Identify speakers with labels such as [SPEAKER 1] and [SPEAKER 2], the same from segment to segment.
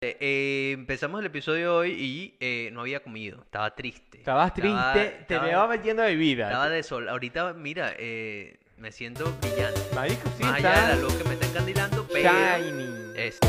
[SPEAKER 1] Eh, empezamos el episodio hoy y eh, no había comido, estaba triste.
[SPEAKER 2] Estabas triste,
[SPEAKER 1] Estaba-
[SPEAKER 2] te
[SPEAKER 1] estaba-
[SPEAKER 2] llevaba metiendo bebida.
[SPEAKER 1] Estaba de sol. Ahorita, mira, eh, me siento brillante.
[SPEAKER 2] Marico, sí,
[SPEAKER 1] Más allá de la luz que me está encandilando, pero...
[SPEAKER 2] está shining.
[SPEAKER 1] Es-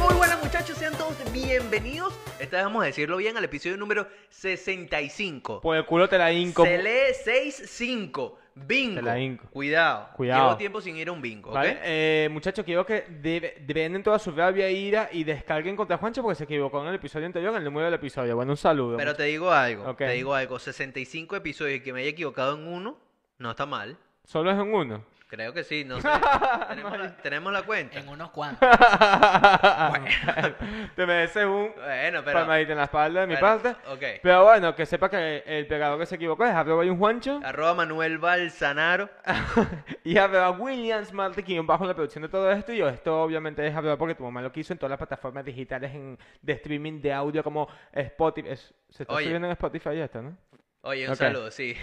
[SPEAKER 1] Muy buenas muchachos, sean todos bienvenidos. Esta vez vamos a decirlo bien al episodio número 65.
[SPEAKER 2] Por pues el culo te la inco.
[SPEAKER 1] Se lee 6-5. Bingo.
[SPEAKER 2] Se la hinco.
[SPEAKER 1] Cuidado.
[SPEAKER 2] Cuidado.
[SPEAKER 1] Llevo tiempo sin ir a un bingo, ¿ok?
[SPEAKER 2] ¿Vale? Eh, muchachos, quiero que debe- venden toda su rabia e ira y descarguen contra Juancho porque se equivocó en el episodio anterior, en el número del episodio. Bueno, un saludo.
[SPEAKER 1] Pero te digo algo.
[SPEAKER 2] Ok.
[SPEAKER 1] Te digo algo. 65 episodios y que me haya equivocado en uno, no está mal.
[SPEAKER 2] Solo es en uno.
[SPEAKER 1] Creo que sí, no sé. tenemos, la, tenemos la cuenta.
[SPEAKER 3] En unos cuantos.
[SPEAKER 2] te mereces un
[SPEAKER 1] Bueno, pero.
[SPEAKER 2] palmadita en la espalda de mi
[SPEAKER 1] pero-
[SPEAKER 2] parte.
[SPEAKER 1] Ok.
[SPEAKER 2] Pero bueno, que sepa que el pegador que se equivocó es arroba y un Juancho
[SPEAKER 1] Arroba Manuel Balsanaro.
[SPEAKER 2] y arroba Williams Martequín bajo la producción de todo esto. Y yo, esto obviamente es arroba porque tu mamá lo quiso en todas las plataformas digitales en, de streaming de audio como Spotify. Es- se está
[SPEAKER 1] Oye.
[SPEAKER 2] subiendo en Spotify esto, ¿no?
[SPEAKER 1] Oye, un
[SPEAKER 2] Ok.
[SPEAKER 1] saludo, sí.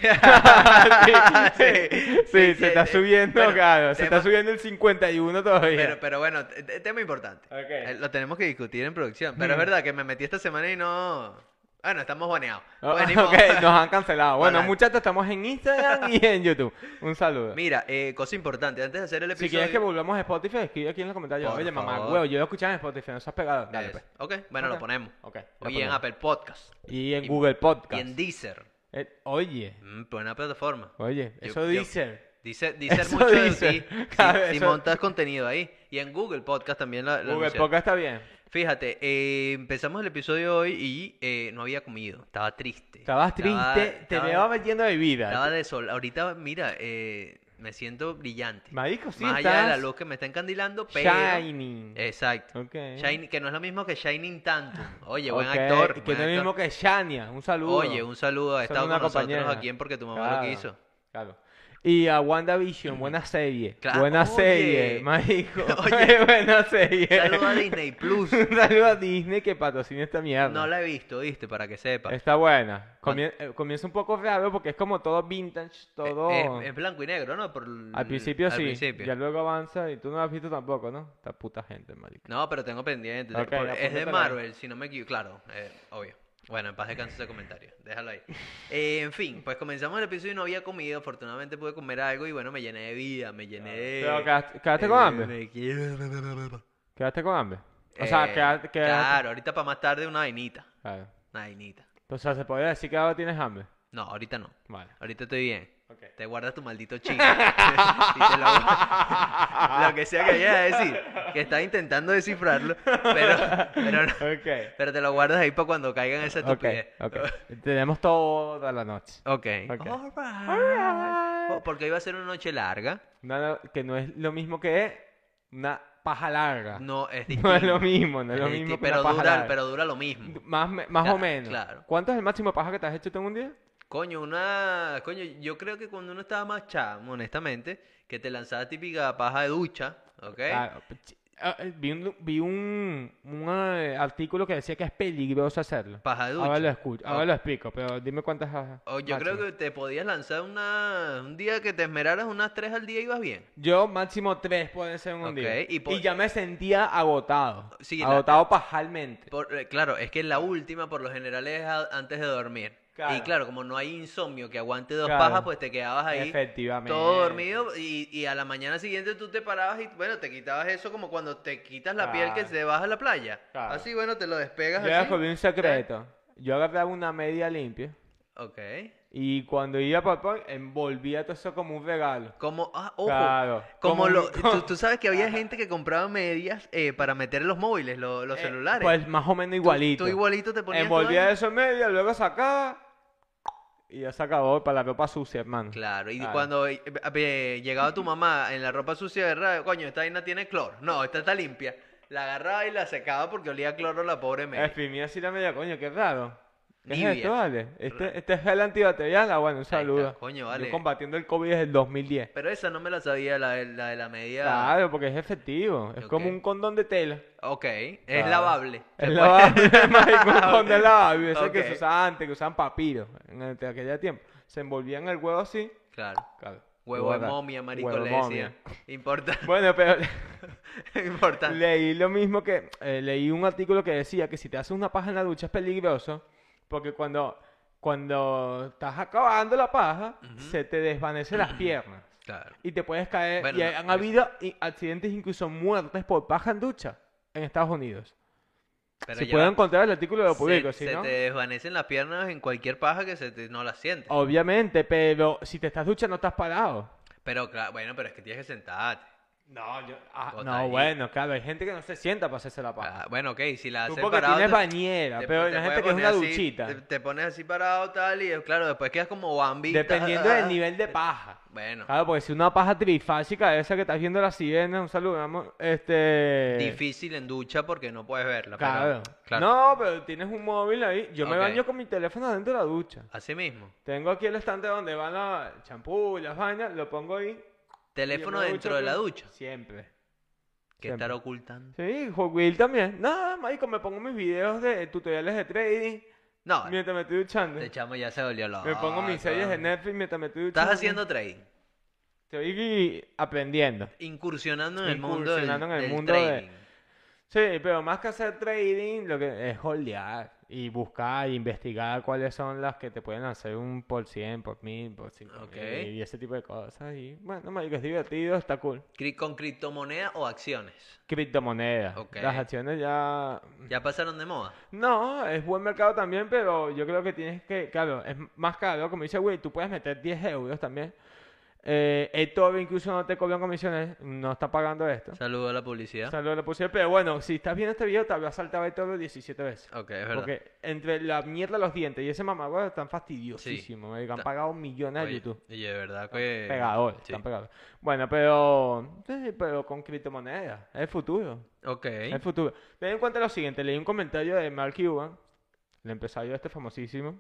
[SPEAKER 2] sí,
[SPEAKER 1] Sí,
[SPEAKER 2] sí,
[SPEAKER 1] sí,
[SPEAKER 2] se está
[SPEAKER 1] sí.
[SPEAKER 2] subiendo,
[SPEAKER 1] Bueno,
[SPEAKER 2] claro. Se
[SPEAKER 1] tema-
[SPEAKER 2] está subiendo el 51 todavía.
[SPEAKER 1] Pero, pero bueno, t- t- tema importante.
[SPEAKER 2] Ok.
[SPEAKER 1] Eh, Lo tenemos que discutir en producción. Pero es
[SPEAKER 2] Mm.
[SPEAKER 1] verdad que me metí esta semana y no. Bueno, estamos baneados.
[SPEAKER 2] Oh,
[SPEAKER 1] Bueno, ni modo.
[SPEAKER 2] ok, nos han cancelado. Bueno,
[SPEAKER 1] Bueno.
[SPEAKER 2] muchachos, estamos en Instagram y en YouTube. Un saludo.
[SPEAKER 1] Mira, eh, cosa importante, antes de hacer el
[SPEAKER 2] Si
[SPEAKER 1] episodio.
[SPEAKER 2] quieres que volvamos a Spotify, escribe aquí en los comentarios.
[SPEAKER 1] Por
[SPEAKER 2] Oye, mamá,
[SPEAKER 1] favor.
[SPEAKER 2] huevo, yo lo escuchaba en Spotify, no estás pegado. Dale,
[SPEAKER 1] Es-
[SPEAKER 2] pues.
[SPEAKER 1] Ok, bueno, lo
[SPEAKER 2] Ok.
[SPEAKER 1] ponemos.
[SPEAKER 2] Ok, lo
[SPEAKER 1] Oye, en
[SPEAKER 2] ponemos.
[SPEAKER 1] Apple Podcast.
[SPEAKER 2] Y en
[SPEAKER 1] Y-
[SPEAKER 2] Google Podcast.
[SPEAKER 1] Y en Deezer.
[SPEAKER 2] Eh, oye,
[SPEAKER 1] Mm, buena plataforma.
[SPEAKER 2] oye,
[SPEAKER 1] Yo-
[SPEAKER 2] eso
[SPEAKER 1] yo-
[SPEAKER 2] dice.
[SPEAKER 1] Dice, Deezer
[SPEAKER 2] Eso
[SPEAKER 1] mucho de
[SPEAKER 2] Deezer.
[SPEAKER 1] ti. Si-
[SPEAKER 2] Claro,
[SPEAKER 1] si
[SPEAKER 2] eso-
[SPEAKER 1] montas contenido ahí. Y en Google Podcast también la, la
[SPEAKER 2] Google
[SPEAKER 1] anunciaron.
[SPEAKER 2] Podcast está bien.
[SPEAKER 1] Fíjate, eh, empezamos el episodio hoy y eh, no había comido. Estaba triste.
[SPEAKER 2] Estabas triste,
[SPEAKER 1] Estaba-
[SPEAKER 2] te
[SPEAKER 1] estaba-
[SPEAKER 2] llevaba metiendo bebida.
[SPEAKER 1] Estaba de sol. Ahorita, mira, eh, me siento brillante.
[SPEAKER 2] Marico, sí,
[SPEAKER 1] Más
[SPEAKER 2] estás
[SPEAKER 1] allá de la luz que me está encandilando, pero... eh,
[SPEAKER 2] shining.
[SPEAKER 1] Exacto.
[SPEAKER 2] Ok.
[SPEAKER 1] Shine- que no es lo mismo que Shining Tantum. Oye, buen
[SPEAKER 2] Ok,
[SPEAKER 1] actor.
[SPEAKER 2] Que
[SPEAKER 1] buen
[SPEAKER 2] no es lo
[SPEAKER 1] actor.
[SPEAKER 2] mismo que Shania. Un saludo.
[SPEAKER 1] Oye, un saludo. Ha
[SPEAKER 2] Son
[SPEAKER 1] estado
[SPEAKER 2] una
[SPEAKER 1] con nosotros
[SPEAKER 2] compañera.
[SPEAKER 1] aquí en Porque tu mamá
[SPEAKER 2] Claro,
[SPEAKER 1] lo quiso.
[SPEAKER 2] Claro. Y a WandaVision, buena serie.
[SPEAKER 1] Mm. Claro,
[SPEAKER 2] Buena
[SPEAKER 1] oye.
[SPEAKER 2] serie, marico.
[SPEAKER 1] Oye.
[SPEAKER 2] buena serie.
[SPEAKER 1] Saludo a Disney Plus.
[SPEAKER 2] Un saludo a Disney que patrocina esta mierda.
[SPEAKER 1] No la he visto, ¿viste? Para que sepa. Eh,
[SPEAKER 2] Está buena. Comien- eh, comienza un poco raro porque es como todo vintage,
[SPEAKER 1] Eh,
[SPEAKER 2] todo...
[SPEAKER 1] Es, es blanco y negro, ¿no? Por l-
[SPEAKER 2] al principio
[SPEAKER 1] Mm, al
[SPEAKER 2] sí,
[SPEAKER 1] principio.
[SPEAKER 2] ya luego avanza y tú no lo has visto tampoco, ¿no? Esta puta gente, marico.
[SPEAKER 1] No, pero tengo pendiente.
[SPEAKER 2] Ok, pues
[SPEAKER 1] por- es de
[SPEAKER 2] apúntatela.
[SPEAKER 1] Marvel, si no me equivoco. Claro, eh, obvio. Bueno, en paz descanse ese comentario. Déjalo ahí. Eh, en fin, pues comenzamos el episodio y no había comido. Afortunadamente pude comer algo y bueno, me llené de vida, me llené de...
[SPEAKER 2] Pero quedaste, quedaste con
[SPEAKER 1] eh,
[SPEAKER 2] hambre.
[SPEAKER 1] me quiero-
[SPEAKER 2] Quedaste con hambre. O sea,
[SPEAKER 1] Eh,
[SPEAKER 2] quedaste... quedaste-
[SPEAKER 1] Claro, ahorita para más tarde una vainita.
[SPEAKER 2] Claro.
[SPEAKER 1] Una vainita.
[SPEAKER 2] O sea, se podría decir que ahora tienes hambre.
[SPEAKER 1] No, ahorita no.
[SPEAKER 2] Vale.
[SPEAKER 1] Ahorita estoy bien.
[SPEAKER 2] Ok.
[SPEAKER 1] Te guardas tu maldito chiste. Y te lo... lo que sea que vayas a decir. Que estaba intentando descifrarlo, pero, pero, no-
[SPEAKER 2] Ok.
[SPEAKER 1] pero te lo guardas ahí para cuando caigan esa
[SPEAKER 2] Ok,
[SPEAKER 1] estupidez.
[SPEAKER 2] ok. Tenemos toda la noche.
[SPEAKER 1] Ok.
[SPEAKER 2] Ok.
[SPEAKER 1] Alright.
[SPEAKER 2] Alright.
[SPEAKER 1] Oh, porque iba a ser una noche larga.
[SPEAKER 2] Una no- que no es lo mismo que una paja larga. Ah. No,
[SPEAKER 1] No es
[SPEAKER 2] es
[SPEAKER 1] distinto.
[SPEAKER 2] lo mismo, no es lo
[SPEAKER 1] disti-
[SPEAKER 2] mismo que
[SPEAKER 1] pero,
[SPEAKER 2] una paja
[SPEAKER 1] dura,
[SPEAKER 2] larga.
[SPEAKER 1] pero dura lo mismo.
[SPEAKER 2] Más, me- más
[SPEAKER 1] Claro,
[SPEAKER 2] o menos.
[SPEAKER 1] claro.
[SPEAKER 2] ¿Cuánto es el máximo paja que te has hecho tú en un día?
[SPEAKER 1] Coño, una. Coño, yo creo que cuando uno estaba más chamo, honestamente, que te lanzaba típica paja de ducha, ¿ok?
[SPEAKER 2] Claro, ch- ah, eh, vi un, vi un, un, eh, artículo que decía que es peligroso hacerlo.
[SPEAKER 1] Paja de ducha.
[SPEAKER 2] Ahora lo escucho,
[SPEAKER 1] Ok.
[SPEAKER 2] ahora lo explico, pero dime cuántas has-
[SPEAKER 1] O yo creo
[SPEAKER 2] máximo.
[SPEAKER 1] que te podías lanzar una, un día que te esmeraras unas tres al día y ibas bien.
[SPEAKER 2] Yo máximo tres puede ser en un
[SPEAKER 1] Ok,
[SPEAKER 2] día.
[SPEAKER 1] y por-
[SPEAKER 2] ya me sentía agotado.
[SPEAKER 1] Sí, la-
[SPEAKER 2] agotado pajalmente.
[SPEAKER 1] Por- eh, claro, es que la última por lo general es a- antes de dormir. Y
[SPEAKER 2] Claro.
[SPEAKER 1] claro, como no hay insomnio que aguante dos
[SPEAKER 2] Claro.
[SPEAKER 1] pajas, pues te quedabas ahí
[SPEAKER 2] Efectivamente.
[SPEAKER 1] todo dormido y, y a la mañana siguiente tú te parabas y bueno, te quitabas eso como cuando te quitas la piel que
[SPEAKER 2] Claro.
[SPEAKER 1] se baja a la playa.
[SPEAKER 2] Claro.
[SPEAKER 1] Así, bueno, te lo despegas
[SPEAKER 2] Yo
[SPEAKER 1] así.
[SPEAKER 2] descubrí un secreto. Yo agarraba una media limpia
[SPEAKER 1] Ok.
[SPEAKER 2] y cuando iba para Pong envolvía todo eso como un regalo.
[SPEAKER 1] Como, ah, ojo,
[SPEAKER 2] Claro,
[SPEAKER 1] como,
[SPEAKER 2] como un-
[SPEAKER 1] lo, tú, tú sabes que había gente que compraba medias eh, para meter los móviles, lo- los
[SPEAKER 2] Eh,
[SPEAKER 1] celulares.
[SPEAKER 2] pues más o menos igualito.
[SPEAKER 1] Tú, tú igualito te ponías tu
[SPEAKER 2] envolvía
[SPEAKER 1] vaina.
[SPEAKER 2] eso en media, luego sacaba y ya se acabó para la ropa sucia, hermano.
[SPEAKER 1] Claro, y
[SPEAKER 2] Claro.
[SPEAKER 1] cuando eh, eh, llegaba tu mamá en la ropa sucia, ¿verdad? Coño, esta vaina tiene cloro. No, esta está limpia. La agarraba y la secaba porque olía a cloro la pobre media.
[SPEAKER 2] Exprimía así la media, coño, qué raro. ¿Qué es
[SPEAKER 1] Nivea.
[SPEAKER 2] esto, vale? Este, este es gel antibacterial. Ah, bueno, un
[SPEAKER 1] está,
[SPEAKER 2] saludo.
[SPEAKER 1] coño,
[SPEAKER 2] Yo
[SPEAKER 1] vale.
[SPEAKER 2] combatiendo el COVID desde el 2010.
[SPEAKER 1] Pero esa no me la sabía, la, de- la de la media.
[SPEAKER 2] Claro, porque es efectivo. Es como
[SPEAKER 1] Ok.
[SPEAKER 2] un condón de tela.
[SPEAKER 1] Ok, es
[SPEAKER 2] Claro.
[SPEAKER 1] lavable. se
[SPEAKER 2] Es
[SPEAKER 1] puede-
[SPEAKER 2] lavable, marico, un condón es lavable. Ese que
[SPEAKER 1] Ok.
[SPEAKER 2] se usaba antes, que usaban papiro en el- de aquella tiempo. Se envolvían el huevo así.
[SPEAKER 1] Claro.
[SPEAKER 2] Claro.
[SPEAKER 1] Huevo de
[SPEAKER 2] Guarda.
[SPEAKER 1] momia, marico,
[SPEAKER 2] Huevo
[SPEAKER 1] le
[SPEAKER 2] de
[SPEAKER 1] decía.
[SPEAKER 2] momia.
[SPEAKER 1] Importa,
[SPEAKER 2] Bueno, pero
[SPEAKER 1] importante.
[SPEAKER 2] leí lo mismo que eh, leí un artículo que decía que si te haces una paja en la ducha es peligroso porque cuando cuando estás acabando la paja
[SPEAKER 1] Ujú.
[SPEAKER 2] se te desvanecen las piernas
[SPEAKER 1] Claro.
[SPEAKER 2] y te puedes caer
[SPEAKER 1] Bueno,
[SPEAKER 2] y
[SPEAKER 1] no,
[SPEAKER 2] han
[SPEAKER 1] es-
[SPEAKER 2] habido i- accidentes incluso muertes por paja en ducha en Estados Unidos.
[SPEAKER 1] Pero
[SPEAKER 2] si
[SPEAKER 1] ya
[SPEAKER 2] pueden
[SPEAKER 1] va,
[SPEAKER 2] encontrar el artículo lo
[SPEAKER 1] se-
[SPEAKER 2] publico,
[SPEAKER 1] se,
[SPEAKER 2] si no.
[SPEAKER 1] te desvanecen las piernas en cualquier paja que se te, no las sientes.
[SPEAKER 2] Obviamente, pero si te estás duchando estás parado.
[SPEAKER 1] Pero claro, bueno, pero es que tienes que sentarte.
[SPEAKER 2] No, yo, ah,
[SPEAKER 1] Bota
[SPEAKER 2] no,
[SPEAKER 1] ahí.
[SPEAKER 2] bueno, claro, hay gente que no se sienta para hacerse la paja.
[SPEAKER 1] Ah, bueno, ok, si la
[SPEAKER 2] Tú
[SPEAKER 1] haces
[SPEAKER 2] porque
[SPEAKER 1] parado.
[SPEAKER 2] tienes
[SPEAKER 1] te-
[SPEAKER 2] bañera,
[SPEAKER 1] te-
[SPEAKER 2] pero
[SPEAKER 1] te
[SPEAKER 2] hay
[SPEAKER 1] puedes
[SPEAKER 2] gente que es
[SPEAKER 1] poner
[SPEAKER 2] una
[SPEAKER 1] así,
[SPEAKER 2] duchita.
[SPEAKER 1] Te, te pones así parado, tal, y claro, después quedas como Bambi. ta-
[SPEAKER 2] Dependiendo
[SPEAKER 1] ah,
[SPEAKER 2] del
[SPEAKER 1] ah.
[SPEAKER 2] nivel de paja.
[SPEAKER 1] Bueno,
[SPEAKER 2] Claro, porque si una paja trifásica, esa que estás viendo la sirena, un saludo, mi amor, Este.
[SPEAKER 1] difícil en ducha porque no puedes verla. pero-
[SPEAKER 2] Claro.
[SPEAKER 1] claro.
[SPEAKER 2] No, pero tienes un móvil ahí. Yo
[SPEAKER 1] Ok.
[SPEAKER 2] me baño con mi teléfono dentro de la ducha.
[SPEAKER 1] Así mismo.
[SPEAKER 2] Tengo aquí el estante donde van la champú, las vainas, lo pongo ahí. y yo
[SPEAKER 1] Teléfono
[SPEAKER 2] me
[SPEAKER 1] dentro
[SPEAKER 2] ducho
[SPEAKER 1] de la
[SPEAKER 2] con-
[SPEAKER 1] ducha.
[SPEAKER 2] Siempre.
[SPEAKER 1] Que
[SPEAKER 2] Siempre.
[SPEAKER 1] estar ocultando.
[SPEAKER 2] Sí, Hot Wheel también. Nada, marico, me pongo mis videos de tutoriales de trading
[SPEAKER 1] No,
[SPEAKER 2] mientras me estoy duchando.
[SPEAKER 1] este chamo ya se volvió loco.
[SPEAKER 2] Me pongo mis series de Netflix mientras me estoy duchando.
[SPEAKER 1] Estás haciendo trading.
[SPEAKER 2] Estoy aprendiendo.
[SPEAKER 1] Incursionando en el mundo del,
[SPEAKER 2] Incursionando en el
[SPEAKER 1] del
[SPEAKER 2] mundo de-
[SPEAKER 1] trading.
[SPEAKER 2] Sí, pero más que hacer trading, lo que es holdear y buscar e investigar cuáles son las que te pueden hacer un por 100, por 1000, por 5000
[SPEAKER 1] Ok.
[SPEAKER 2] y ese tipo de cosas. Y bueno, marico, es divertido, está cool.
[SPEAKER 1] Cri- Con criptomonedas o acciones.
[SPEAKER 2] Criptomonedas.
[SPEAKER 1] Ok.
[SPEAKER 2] Las acciones ya...
[SPEAKER 1] Ya pasaron de moda.
[SPEAKER 2] No, es buen mercado también, pero yo creo que tienes que... Claro, es más caro. Como dice güey, tú puedes meter 10 euros también. Eh, Etoro incluso no te cobran comisiones, no está pagando esto.
[SPEAKER 1] Saludo a la publicidad.
[SPEAKER 2] Saludos a la publicidad, Pero bueno, si estás viendo este video, te habrá saltado Etoro 17 veces.
[SPEAKER 1] ok, es verdad.
[SPEAKER 2] Porque entre la mierda de los dientes y ese mamagüey están fastidiosísimos. marico. Han
[SPEAKER 1] Ta-
[SPEAKER 2] pagado millones
[SPEAKER 1] Oye,
[SPEAKER 2] de YouTube. eh,
[SPEAKER 1] Y de verdad que.
[SPEAKER 2] Pegador,
[SPEAKER 1] Sí.
[SPEAKER 2] están pegador. Bueno, pero. sí, pero con criptomonedas. Es el futuro.
[SPEAKER 1] Ok.
[SPEAKER 2] Es el futuro. Ten en cuenta lo siguiente: leí un comentario de Mark Cuban, el empresario este famosísimo,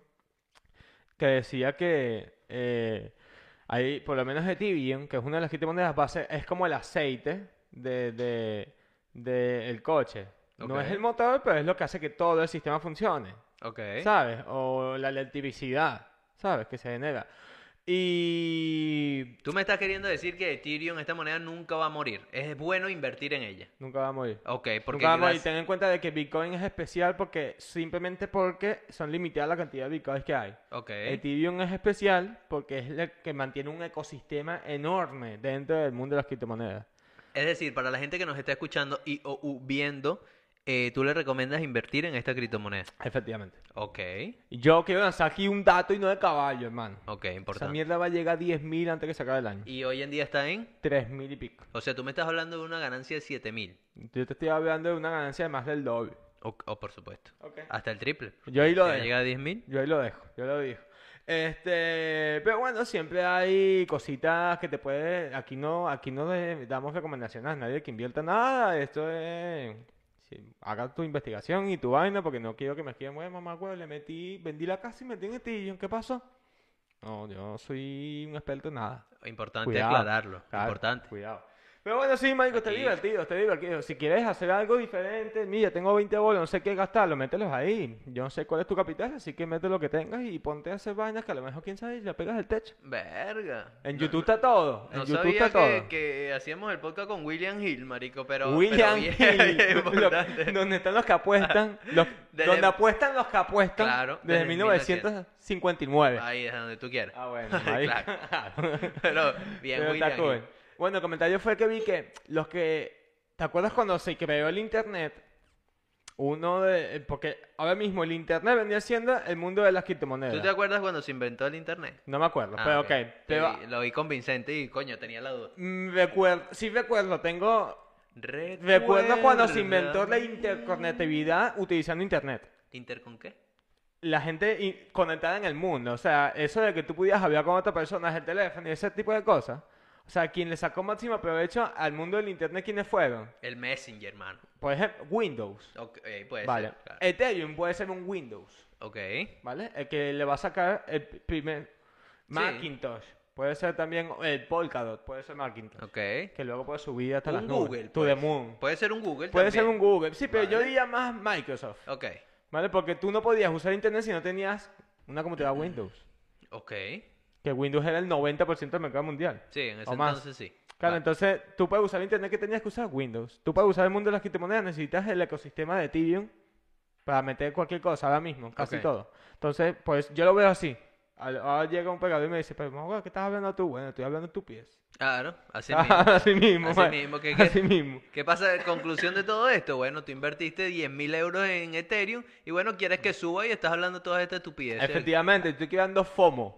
[SPEAKER 2] que decía que. eh, ahí, por lo menos Ethereum, que es una de las criptomonedas base, es como el aceite del de, de el coche. No
[SPEAKER 1] Ok.
[SPEAKER 2] es el motor, pero es lo que hace que todo el sistema funcione.
[SPEAKER 1] Ok.
[SPEAKER 2] ¿sabes? O la electricidad, ¿sabes? Que se genera. Y
[SPEAKER 1] Tú me estás queriendo decir que Ethereum, esta moneda, nunca va a morir. Es bueno invertir en ella.
[SPEAKER 2] nunca va a morir.
[SPEAKER 1] Ok, porque.
[SPEAKER 2] nunca va a morir.
[SPEAKER 1] gracias-
[SPEAKER 2] Ten en cuenta de que Bitcoin es especial porque simplemente porque son limitadas la cantidad de Bitcoins que hay.
[SPEAKER 1] Ok.
[SPEAKER 2] Ethereum es especial porque es la que mantiene un ecosistema enorme dentro del mundo de las criptomonedas.
[SPEAKER 1] Es decir, para la gente que nos está escuchando y o u- viendo, eh, tú le recomiendas invertir en esta criptomoneda.
[SPEAKER 2] Efectivamente.
[SPEAKER 1] Ok.
[SPEAKER 2] Y Yo quiero lanzar aquí un dato y no de caballo, hermano.
[SPEAKER 1] Ok,
[SPEAKER 2] Esa
[SPEAKER 1] importante.
[SPEAKER 2] mierda va a llegar a 10.000 antes que se acabe el año.
[SPEAKER 1] Y hoy en día está en.
[SPEAKER 2] 3.000 y pico.
[SPEAKER 1] O sea, tú me estás hablando de una ganancia de 7000.
[SPEAKER 2] Yo te estoy hablando de una ganancia de más del doble.
[SPEAKER 1] O, o por supuesto.
[SPEAKER 2] Ok.
[SPEAKER 1] Hasta el triple.
[SPEAKER 2] Yo ahí lo
[SPEAKER 1] Si no
[SPEAKER 2] dejo.
[SPEAKER 1] llega a 10000.
[SPEAKER 2] Yo ahí lo dejo, yo lo digo. Este, pero bueno, siempre hay cositas que te puede, aquí no, aquí no le damos recomendaciones a nadie que invierta nada, esto es, sí, haga tu investigación y tu vaina, porque no quiero que me escriban, bueno, mamá, güey, le metí, vendí la casa y metí en Ethereum, ¿qué pasó? No, yo no soy un experto en nada.
[SPEAKER 1] Importante
[SPEAKER 2] Cuidado,
[SPEAKER 1] aclararlo.
[SPEAKER 2] Claro,
[SPEAKER 1] Importante.
[SPEAKER 2] Cuidado. Pero bueno, sí, marico, está
[SPEAKER 1] Aquí.
[SPEAKER 2] divertido, está divertido. Si quieres hacer algo diferente, mira, tengo 20 bolos, no sé qué gastarlo, mételos ahí. Yo no sé cuál es tu capital, así que mete lo que tengas y ponte a hacer vainas que a lo mejor, quién sabe, le pegas el techo.
[SPEAKER 1] Verga.
[SPEAKER 2] En
[SPEAKER 1] No-
[SPEAKER 2] YouTube está todo, en
[SPEAKER 1] No
[SPEAKER 2] YouTube
[SPEAKER 1] sabía
[SPEAKER 2] está todo.
[SPEAKER 1] que, que hacíamos el podcast con William Hill, marico, pero.
[SPEAKER 2] William
[SPEAKER 1] pero bien,
[SPEAKER 2] Hill,
[SPEAKER 1] bien
[SPEAKER 2] lo-
[SPEAKER 1] importante.
[SPEAKER 2] donde están los que apuestan, los-
[SPEAKER 1] Desde-
[SPEAKER 2] donde apuestan los que apuestan
[SPEAKER 1] Claro,
[SPEAKER 2] desde,
[SPEAKER 1] desde
[SPEAKER 2] 1959.
[SPEAKER 1] Ahí es donde tú quieras.
[SPEAKER 2] eh. Ah, bueno, ahí.
[SPEAKER 1] Pero bien,
[SPEAKER 2] Pero
[SPEAKER 1] William
[SPEAKER 2] está cool.
[SPEAKER 1] Hill.
[SPEAKER 2] Bueno, el comentario fue que vi que los que. ¿Te acuerdas cuando se creó el internet? Uno de. Porque ahora mismo el internet venía siendo el mundo de las
[SPEAKER 1] ¿Tú te
[SPEAKER 2] criptomonedas.
[SPEAKER 1] acuerdas cuando se inventó el internet?
[SPEAKER 2] No me acuerdo,
[SPEAKER 1] Ah,
[SPEAKER 2] pero
[SPEAKER 1] ok.
[SPEAKER 2] ok. Pero,
[SPEAKER 1] Sí, Lo vi con Vicente y coño, tenía la duda.
[SPEAKER 2] mm, recuerdo, sí recuerdo, tengo.
[SPEAKER 1] Recuerdo,
[SPEAKER 2] Recuerdo cuando se inventó la interconectividad utilizando internet.
[SPEAKER 1] ¿Inter con qué?
[SPEAKER 2] La gente in- conectada en el mundo. O sea, eso de que tú pudieras hablar con otra persona desde el teléfono y ese tipo de cosas. O sea, quien le sacó máximo provecho al mundo del internet, ¿quiénes fueron?
[SPEAKER 1] El Messenger, hermano.
[SPEAKER 2] Por ejemplo, Windows.
[SPEAKER 1] Ok, eh, puede
[SPEAKER 2] vale.
[SPEAKER 1] ser. claro.
[SPEAKER 2] Ethereum puede ser un Windows.
[SPEAKER 1] Ok.
[SPEAKER 2] ¿vale? El que le va a sacar el primer Macintosh. Puede ser también el Polkadot, puede ser Macintosh.
[SPEAKER 1] Ok.
[SPEAKER 2] Que luego puede subir hasta
[SPEAKER 1] Un
[SPEAKER 2] las nubes.
[SPEAKER 1] Google,
[SPEAKER 2] To the
[SPEAKER 1] pues.
[SPEAKER 2] moon.
[SPEAKER 1] Puede ser un Google
[SPEAKER 2] Puede ser un
[SPEAKER 1] también.
[SPEAKER 2] Google. Sí, pero yo
[SPEAKER 1] Vale.
[SPEAKER 2] diría más Microsoft.
[SPEAKER 1] Ok.
[SPEAKER 2] ¿Vale? Porque tú no podías usar internet si no tenías una computadora Windows.
[SPEAKER 1] Ok.
[SPEAKER 2] Que Windows era el 90% del mercado mundial.
[SPEAKER 1] Sí, en ese
[SPEAKER 2] O más.
[SPEAKER 1] entonces sí.
[SPEAKER 2] Claro,
[SPEAKER 1] Va.
[SPEAKER 2] entonces tú para usar internet que tenías que usar Windows. Tú para usar el mundo de las criptomonedas necesitas el ecosistema de Ethereum para meter cualquier cosa ahora mismo, casi
[SPEAKER 1] Ok.
[SPEAKER 2] todo. Entonces, pues yo lo veo así. Al- Ahora llega un pegador y me dice, pero Mauro, ¿qué estás hablando tú? Bueno, estoy hablando tú pies.
[SPEAKER 1] Claro, así mismo.
[SPEAKER 2] Así mismo.
[SPEAKER 1] Así
[SPEAKER 2] vale.
[SPEAKER 1] mismo, que- que-
[SPEAKER 2] Así mismo.
[SPEAKER 1] ¿Qué pasa? Conclusión de todo esto. Bueno, tú invertiste 10.000 euros en Ethereum y bueno, quieres que suba y estás hablando todas estas estupideces.
[SPEAKER 2] Efectivamente, estoy quedando FOMO.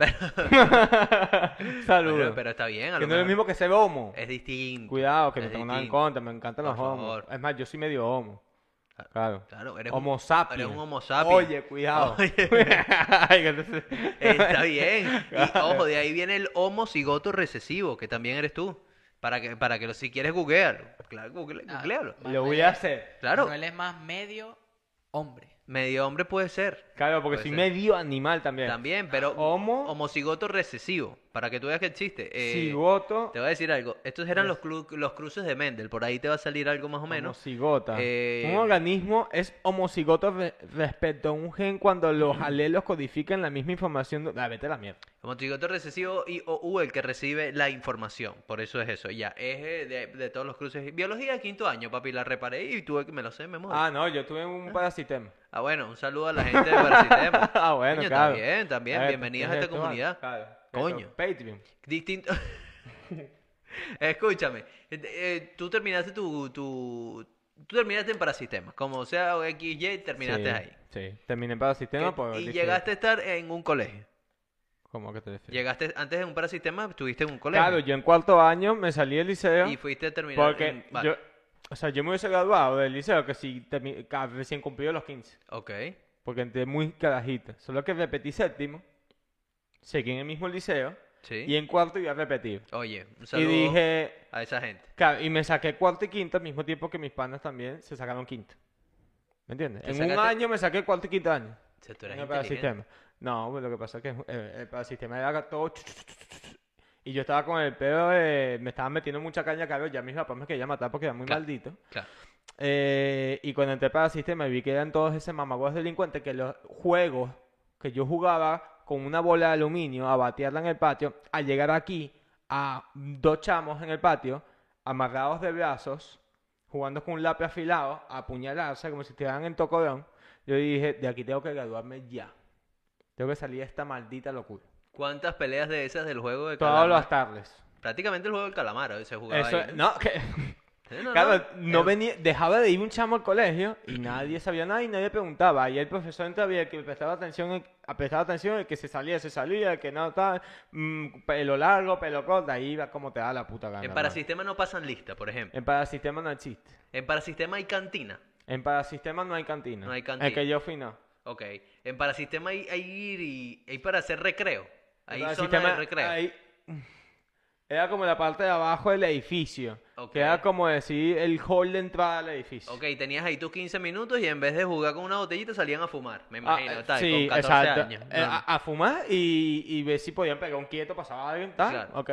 [SPEAKER 1] Bueno,
[SPEAKER 2] Saludos.
[SPEAKER 1] pero está bien, a
[SPEAKER 2] que
[SPEAKER 1] lo
[SPEAKER 2] no es lo
[SPEAKER 1] mejor.
[SPEAKER 2] mismo que ser homo.
[SPEAKER 1] Es distinto.
[SPEAKER 2] Cuidado, que no
[SPEAKER 1] es
[SPEAKER 2] tengo nada en
[SPEAKER 1] distinto.
[SPEAKER 2] contra, me encantan los
[SPEAKER 1] Por
[SPEAKER 2] homos.
[SPEAKER 1] favor.
[SPEAKER 2] Es más, yo soy medio homo.
[SPEAKER 1] Claro.
[SPEAKER 2] Claro.
[SPEAKER 1] Claro, eres
[SPEAKER 2] homo
[SPEAKER 1] un,
[SPEAKER 2] sapiens.
[SPEAKER 1] eres un homo sapiens.
[SPEAKER 2] Oye, cuidado.
[SPEAKER 1] Oye,
[SPEAKER 2] Ay, que entonces-
[SPEAKER 1] está bien. Y
[SPEAKER 2] Claro.
[SPEAKER 1] ojo, de ahí viene el homo cigoto recesivo, que también eres tú. Para que, para que lo, si quieres googlearlo. Claro, google,
[SPEAKER 3] Ah,
[SPEAKER 1] googlealo.
[SPEAKER 2] Lo voy a hacer.
[SPEAKER 1] Claro,
[SPEAKER 3] Manuel es más medio hombre.
[SPEAKER 1] medio hombre puede ser.
[SPEAKER 2] Claro, porque
[SPEAKER 1] Puede
[SPEAKER 2] soy
[SPEAKER 1] ser.
[SPEAKER 2] medio animal también.
[SPEAKER 1] También, pero
[SPEAKER 2] Homo-
[SPEAKER 1] homocigoto recesivo, para que tú veas que existe. Eh,
[SPEAKER 2] Cigoto.
[SPEAKER 1] Te voy a decir algo. Estos eran los, cru- los cruces de Mendel. Por ahí te va a salir algo más o menos.
[SPEAKER 2] Homocigota.
[SPEAKER 1] Eh,
[SPEAKER 2] Un organismo es homocigoto re- respecto a un gen cuando los alelos codifican la misma información. Ah, vete a la mierda.
[SPEAKER 1] Homocigoto recesivo y o U el que recibe la información. Por eso es eso. Ya, es eh, de, de todos los cruces. Biología de quinto año, papi. La reparé y tuve que me lo sé de memoria.
[SPEAKER 2] Ah, no, yo tuve un parasitema.
[SPEAKER 1] Ah, bueno, un saludo a la gente de Parasitema.
[SPEAKER 2] Ah, bueno,
[SPEAKER 1] Coño,
[SPEAKER 2] claro.
[SPEAKER 1] También, también.
[SPEAKER 2] Eh,
[SPEAKER 1] Bienvenidos
[SPEAKER 2] ¿qué
[SPEAKER 1] a
[SPEAKER 2] es
[SPEAKER 1] esta
[SPEAKER 2] esto?
[SPEAKER 1] comunidad.
[SPEAKER 2] Claro.
[SPEAKER 1] Coño.
[SPEAKER 2] Esto, Patreon.
[SPEAKER 1] Distinto. Escúchame, eh, eh, tú terminaste tu, tu- Tú terminaste en Parasistemas, como sea o XY, terminaste
[SPEAKER 2] Sí,
[SPEAKER 1] ahí.
[SPEAKER 2] Sí, terminé en parasitema
[SPEAKER 1] Que-
[SPEAKER 2] por
[SPEAKER 1] y
[SPEAKER 2] dije-
[SPEAKER 1] llegaste a estar en un colegio.
[SPEAKER 2] ¿Cómo que te refieres?
[SPEAKER 1] Llegaste antes de un parasistema, estuviste en un colegio.
[SPEAKER 2] Claro, yo en cuarto año me salí del liceo
[SPEAKER 1] Y fuiste a terminar.
[SPEAKER 2] porque
[SPEAKER 1] en- vale,
[SPEAKER 2] yo, o sea, yo me hubiese graduado del liceo que si termi- que recién cumplido los 15,
[SPEAKER 1] Ok.
[SPEAKER 2] porque entré muy carajita. Solo que repetí séptimo, seguí en el mismo liceo
[SPEAKER 1] Sí.
[SPEAKER 2] y en cuarto iba a repetir.
[SPEAKER 1] Oye, un
[SPEAKER 2] Y
[SPEAKER 1] saludo
[SPEAKER 2] dije,
[SPEAKER 1] a esa gente.
[SPEAKER 2] claro, y me saqué cuarto y quinto al mismo tiempo que mis panas también se sacaron quinto. ¿Me entiendes?
[SPEAKER 1] ¿Te
[SPEAKER 2] En un
[SPEAKER 1] sacaste-
[SPEAKER 2] año me saqué cuarto y quinto año.
[SPEAKER 1] O sea, tú eres
[SPEAKER 2] en el
[SPEAKER 1] inteligente.
[SPEAKER 2] parasistema. No, pues, lo que pasa es que eh, el parasistema era todo. chu, chu, chu, chu, chu, chu. Y yo estaba con el pedo de. Me estaban metiendo mucha caña, claro. Ya mis papás me querían matar porque era muy
[SPEAKER 1] Claro.
[SPEAKER 2] maldito.
[SPEAKER 1] Claro.
[SPEAKER 2] Eh, y cuando entré para el sistema vi que eran todos esos mamagüeos delincuentes que los juegos que yo jugaba con una bola de aluminio a batearla en el patio, al llegar aquí a dos chamos en el patio, amarrados de brazos, jugando con un lápiz afilado, a apuñalarse como si estuvieran en tocodón, yo dije, de aquí tengo que graduarme ya. Tengo que salir de esta maldita locura.
[SPEAKER 1] ¿Cuántas peleas de esas del juego de
[SPEAKER 2] Todas
[SPEAKER 1] calamar?
[SPEAKER 2] las tardes.
[SPEAKER 1] Prácticamente el juego del calamar eh, se jugaba
[SPEAKER 2] Eso,
[SPEAKER 1] ahí,
[SPEAKER 2] no, que...
[SPEAKER 1] Sí, no,
[SPEAKER 2] Claro,
[SPEAKER 1] no.
[SPEAKER 2] no
[SPEAKER 1] Eh,
[SPEAKER 2] venía, dejaba de ir un chamo al colegio y nadie sabía nada y nadie preguntaba. Y el profesor entraba y el que prestaba atención, el- prestaba atención, el que se salía, se salía, el que no tal, mm, pelo largo, pelo corto, ahí va como te da la puta gana.
[SPEAKER 1] En
[SPEAKER 2] hermano.
[SPEAKER 1] parasistema no pasan lista, por ejemplo.
[SPEAKER 2] En parasistema no existe.
[SPEAKER 1] En parasistema hay cantina.
[SPEAKER 2] En parasistema no hay cantina.
[SPEAKER 1] No hay cantina.
[SPEAKER 2] El que yo fui no.
[SPEAKER 1] Ok. En parasistema hay, hay, y- hay para hacer recreo.
[SPEAKER 2] En
[SPEAKER 1] Hay zona
[SPEAKER 2] parasistema
[SPEAKER 1] de recreo.
[SPEAKER 2] hay- Era como la parte de abajo del edificio.
[SPEAKER 1] Ok.
[SPEAKER 2] Que era como decir el hall de entrada al edificio.
[SPEAKER 1] Ok, tenías ahí tus 15 minutos y en vez de jugar con una botellita salían a fumar, me imagino,
[SPEAKER 2] Ah,
[SPEAKER 1] tal,
[SPEAKER 2] sí,
[SPEAKER 1] con 14
[SPEAKER 2] exacto.
[SPEAKER 1] años.
[SPEAKER 2] Eh,
[SPEAKER 1] Claro.
[SPEAKER 2] a, a fumar y, y ver si podían pegar un quieto, pasaba alguien, tal.
[SPEAKER 1] Claro.
[SPEAKER 2] ok.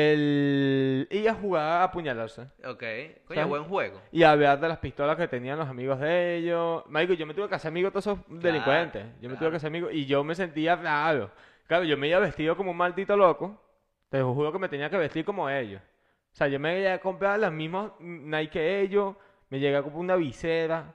[SPEAKER 2] El- y a jugar a apuñalarse.
[SPEAKER 1] ok, coño, buen juego.
[SPEAKER 2] Y a hablar de las pistolas que tenían los amigos de ellos. Marico, yo me tuve que hacer amigo de todos esos delincuentes. Yo me tuve
[SPEAKER 1] claro.
[SPEAKER 2] que hacer amigo y yo me sentía raro. Claro, yo me iba vestido como un maldito loco. Te juro que me tenía que vestir como ellos. O sea, yo me llegué a comprar las mismas Nike que ellos. Me llegué a comprar una visera.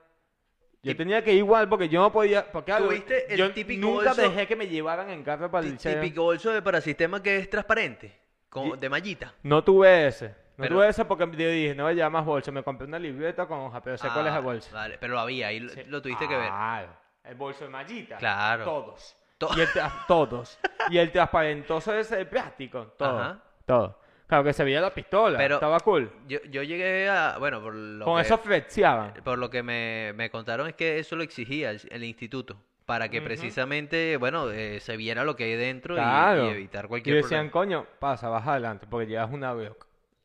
[SPEAKER 2] Yo
[SPEAKER 1] Y-
[SPEAKER 2] tenía que ir igual porque yo no podía. Porque claro,
[SPEAKER 1] Tuviste el
[SPEAKER 2] yo
[SPEAKER 1] típico
[SPEAKER 2] nunca
[SPEAKER 1] bolso-
[SPEAKER 2] dejé que me llevaran en carro para el
[SPEAKER 1] Tí-
[SPEAKER 2] liceo.
[SPEAKER 1] Típico bolso de parasistema que es transparente, como
[SPEAKER 2] Y-
[SPEAKER 1] de mallita.
[SPEAKER 2] No tuve ese. No
[SPEAKER 1] Pero-
[SPEAKER 2] tuve ese porque yo dije, no voy a llevar más bolso. Me compré una libreta con hoja, pero sé cuál es
[SPEAKER 1] Ah,
[SPEAKER 2] el bolso.
[SPEAKER 1] Vale, pero lo había, ahí lo,
[SPEAKER 2] Sí. Ah.
[SPEAKER 1] lo tuviste que ver.
[SPEAKER 2] Claro. El bolso de mallita.
[SPEAKER 1] Claro.
[SPEAKER 2] Todos.
[SPEAKER 1] To-
[SPEAKER 2] Y el tra- todos. Y el transparentoso ese de plástico. Todo.
[SPEAKER 1] Ajá.
[SPEAKER 2] Todo. Claro que se veía la pistola.
[SPEAKER 1] Pero-
[SPEAKER 2] Estaba cool.
[SPEAKER 1] Yo, yo llegué a, bueno, por lo
[SPEAKER 2] Con
[SPEAKER 1] que,
[SPEAKER 2] eso flexiaban.
[SPEAKER 1] por lo que me, me contaron es que eso lo exigía el, el instituto, para que
[SPEAKER 2] Ujú.
[SPEAKER 1] precisamente, bueno, eh, se viera lo que hay dentro y- y,
[SPEAKER 2] Claro.
[SPEAKER 1] evitar
[SPEAKER 2] Y
[SPEAKER 1] cualquier
[SPEAKER 2] decían,
[SPEAKER 1] problema.
[SPEAKER 2] coño, pasa, baja adelante porque llevas una veo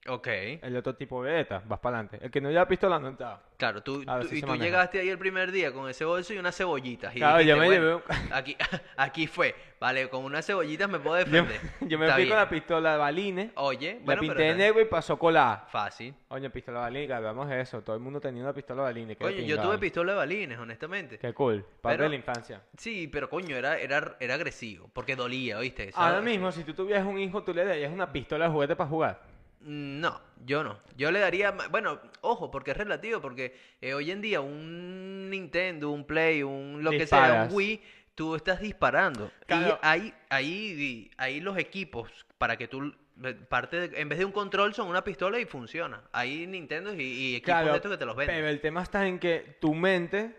[SPEAKER 1] Ok.
[SPEAKER 2] El otro tipo beta, vas para adelante. El que no lleva pistola no entraba.
[SPEAKER 1] Claro, tú,
[SPEAKER 2] Claro,
[SPEAKER 1] tú-
[SPEAKER 2] sí
[SPEAKER 1] y
[SPEAKER 2] se
[SPEAKER 1] tú
[SPEAKER 2] maneja.
[SPEAKER 1] llegaste ahí el primer día con ese bolso y unas cebollitas. Y
[SPEAKER 2] Claro, yo
[SPEAKER 1] dijiste,
[SPEAKER 2] me
[SPEAKER 1] "Bueno,
[SPEAKER 2] llevé un-
[SPEAKER 1] aquí, aquí fue. Vale, con unas cebollitas me puedo
[SPEAKER 2] Yo,
[SPEAKER 1] defender.
[SPEAKER 2] yo me
[SPEAKER 1] Está
[SPEAKER 2] fui con la
[SPEAKER 1] bien.
[SPEAKER 2] pistola de balines,
[SPEAKER 1] Oye,
[SPEAKER 2] la
[SPEAKER 1] bueno,
[SPEAKER 2] pinté
[SPEAKER 1] pero
[SPEAKER 2] de negro y pasó colada.
[SPEAKER 1] fácil.
[SPEAKER 2] Oye, pistola de balines, que hablamos de eso. Todo el mundo tenía una pistola de balines. qué
[SPEAKER 1] Coño, yo
[SPEAKER 2] chingado.
[SPEAKER 1] tuve pistola de balines, honestamente.
[SPEAKER 2] Qué cool. Parte
[SPEAKER 1] Pero-
[SPEAKER 2] de la infancia.
[SPEAKER 1] Sí, pero coño, era, era, era agresivo, porque dolía, ¿oíste? Esa-
[SPEAKER 2] Ahora mismo, si tú tuvieras un hijo, tú le darías una pistola de juguete para jugar.
[SPEAKER 1] Mm, No, yo no. Yo le daría, ma- bueno, ojo, porque es relativo, porque eh, hoy en día un Nintendo, un Play, un lo que sea,
[SPEAKER 2] Disparas.
[SPEAKER 1] un Wii, tú estás disparando.
[SPEAKER 2] Claro.
[SPEAKER 1] Y ahí, ahí, ahí los equipos para que tú eh, parte de- en vez de un control son una pistola y funciona. Hay Nintendo y, y equipos de estos que te los venden.
[SPEAKER 2] pero el tema está en que tu mente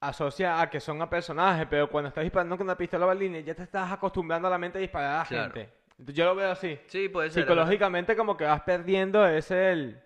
[SPEAKER 2] asocia a que son a personajes, pero cuando estás disparando con una pistola de balines, ya te estás acostumbrando a la mente a disparar a la
[SPEAKER 1] Claro.
[SPEAKER 2] gente. Yo lo veo así.
[SPEAKER 1] Sí, puede ser. es verdad.
[SPEAKER 2] Psicológicamente, como que vas perdiendo ese el.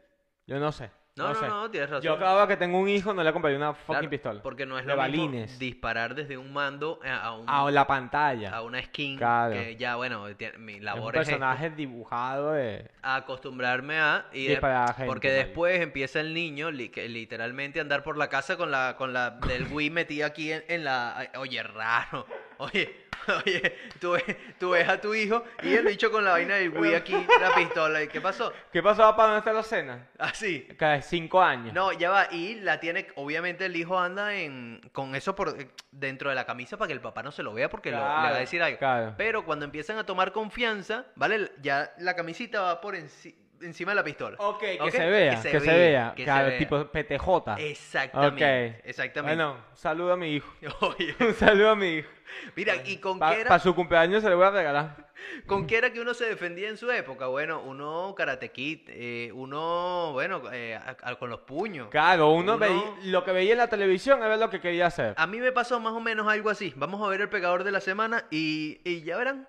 [SPEAKER 2] Yo no sé.
[SPEAKER 1] No, no,
[SPEAKER 2] sé.
[SPEAKER 1] no, tienes razón.
[SPEAKER 2] Yo cada vez que tengo un hijo no le compré una fucking
[SPEAKER 1] Claro,
[SPEAKER 2] pistola.
[SPEAKER 1] Porque no es
[SPEAKER 2] de
[SPEAKER 1] lo mismo
[SPEAKER 2] balines.
[SPEAKER 1] disparar desde un mando a, a un,
[SPEAKER 2] A la pantalla.
[SPEAKER 1] a una skin
[SPEAKER 2] Claro.
[SPEAKER 1] que ya, bueno, tie- mi
[SPEAKER 2] Es un
[SPEAKER 1] Ah, labor es, esta.
[SPEAKER 2] personaje dibujado de.
[SPEAKER 1] a acostumbrarme a y de-
[SPEAKER 2] Disparar a gente,
[SPEAKER 1] porque
[SPEAKER 2] marico.
[SPEAKER 1] después empieza el niño li- que literalmente a andar por la casa con la con la del Wii metida aquí en, en la ay, oye raro oye oye tú ves, tú ves a tu hijo y el bicho con la vaina del Wii aquí la pistola y qué pasó
[SPEAKER 2] ¿Qué pasaba para dónde está la cena?
[SPEAKER 1] así
[SPEAKER 2] Cada cinco años.
[SPEAKER 1] no ya va y la tiene obviamente el hijo anda en con eso por dentro de la camisa para que el papá no se lo vea porque lo- le va
[SPEAKER 2] Claro,
[SPEAKER 1] a decir algo
[SPEAKER 2] claro.
[SPEAKER 1] pero cuando empiezan a tomar confianza vale ya la camisita va por enci- encima de la pistola
[SPEAKER 2] Ok, que
[SPEAKER 1] ¿Ok?
[SPEAKER 2] se vea, que, se vea.
[SPEAKER 1] que se
[SPEAKER 2] claro,
[SPEAKER 1] vea.
[SPEAKER 2] tipo PTJ.
[SPEAKER 1] Exactamente.
[SPEAKER 2] Ok.
[SPEAKER 1] Exactamente.
[SPEAKER 2] Bueno, un saludo a mi hijo.
[SPEAKER 1] Oye,
[SPEAKER 2] Un saludo a mi hijo.
[SPEAKER 1] mira, ¿y con
[SPEAKER 2] Para
[SPEAKER 1] qué, era,
[SPEAKER 2] su cumpleaños se le voy a regalar.
[SPEAKER 1] con qué era que uno se defendía en su época? Bueno, uno Karate Kid, eh, uno, bueno, eh, a- a- con los puños.
[SPEAKER 2] Claro, uno,
[SPEAKER 1] Uno- Ah,
[SPEAKER 2] veía- lo que veía en la televisión era lo que quería hacer.
[SPEAKER 1] A mí me pasó más o menos algo así. Vamos a ver el pegador de la semana y, y ya verán.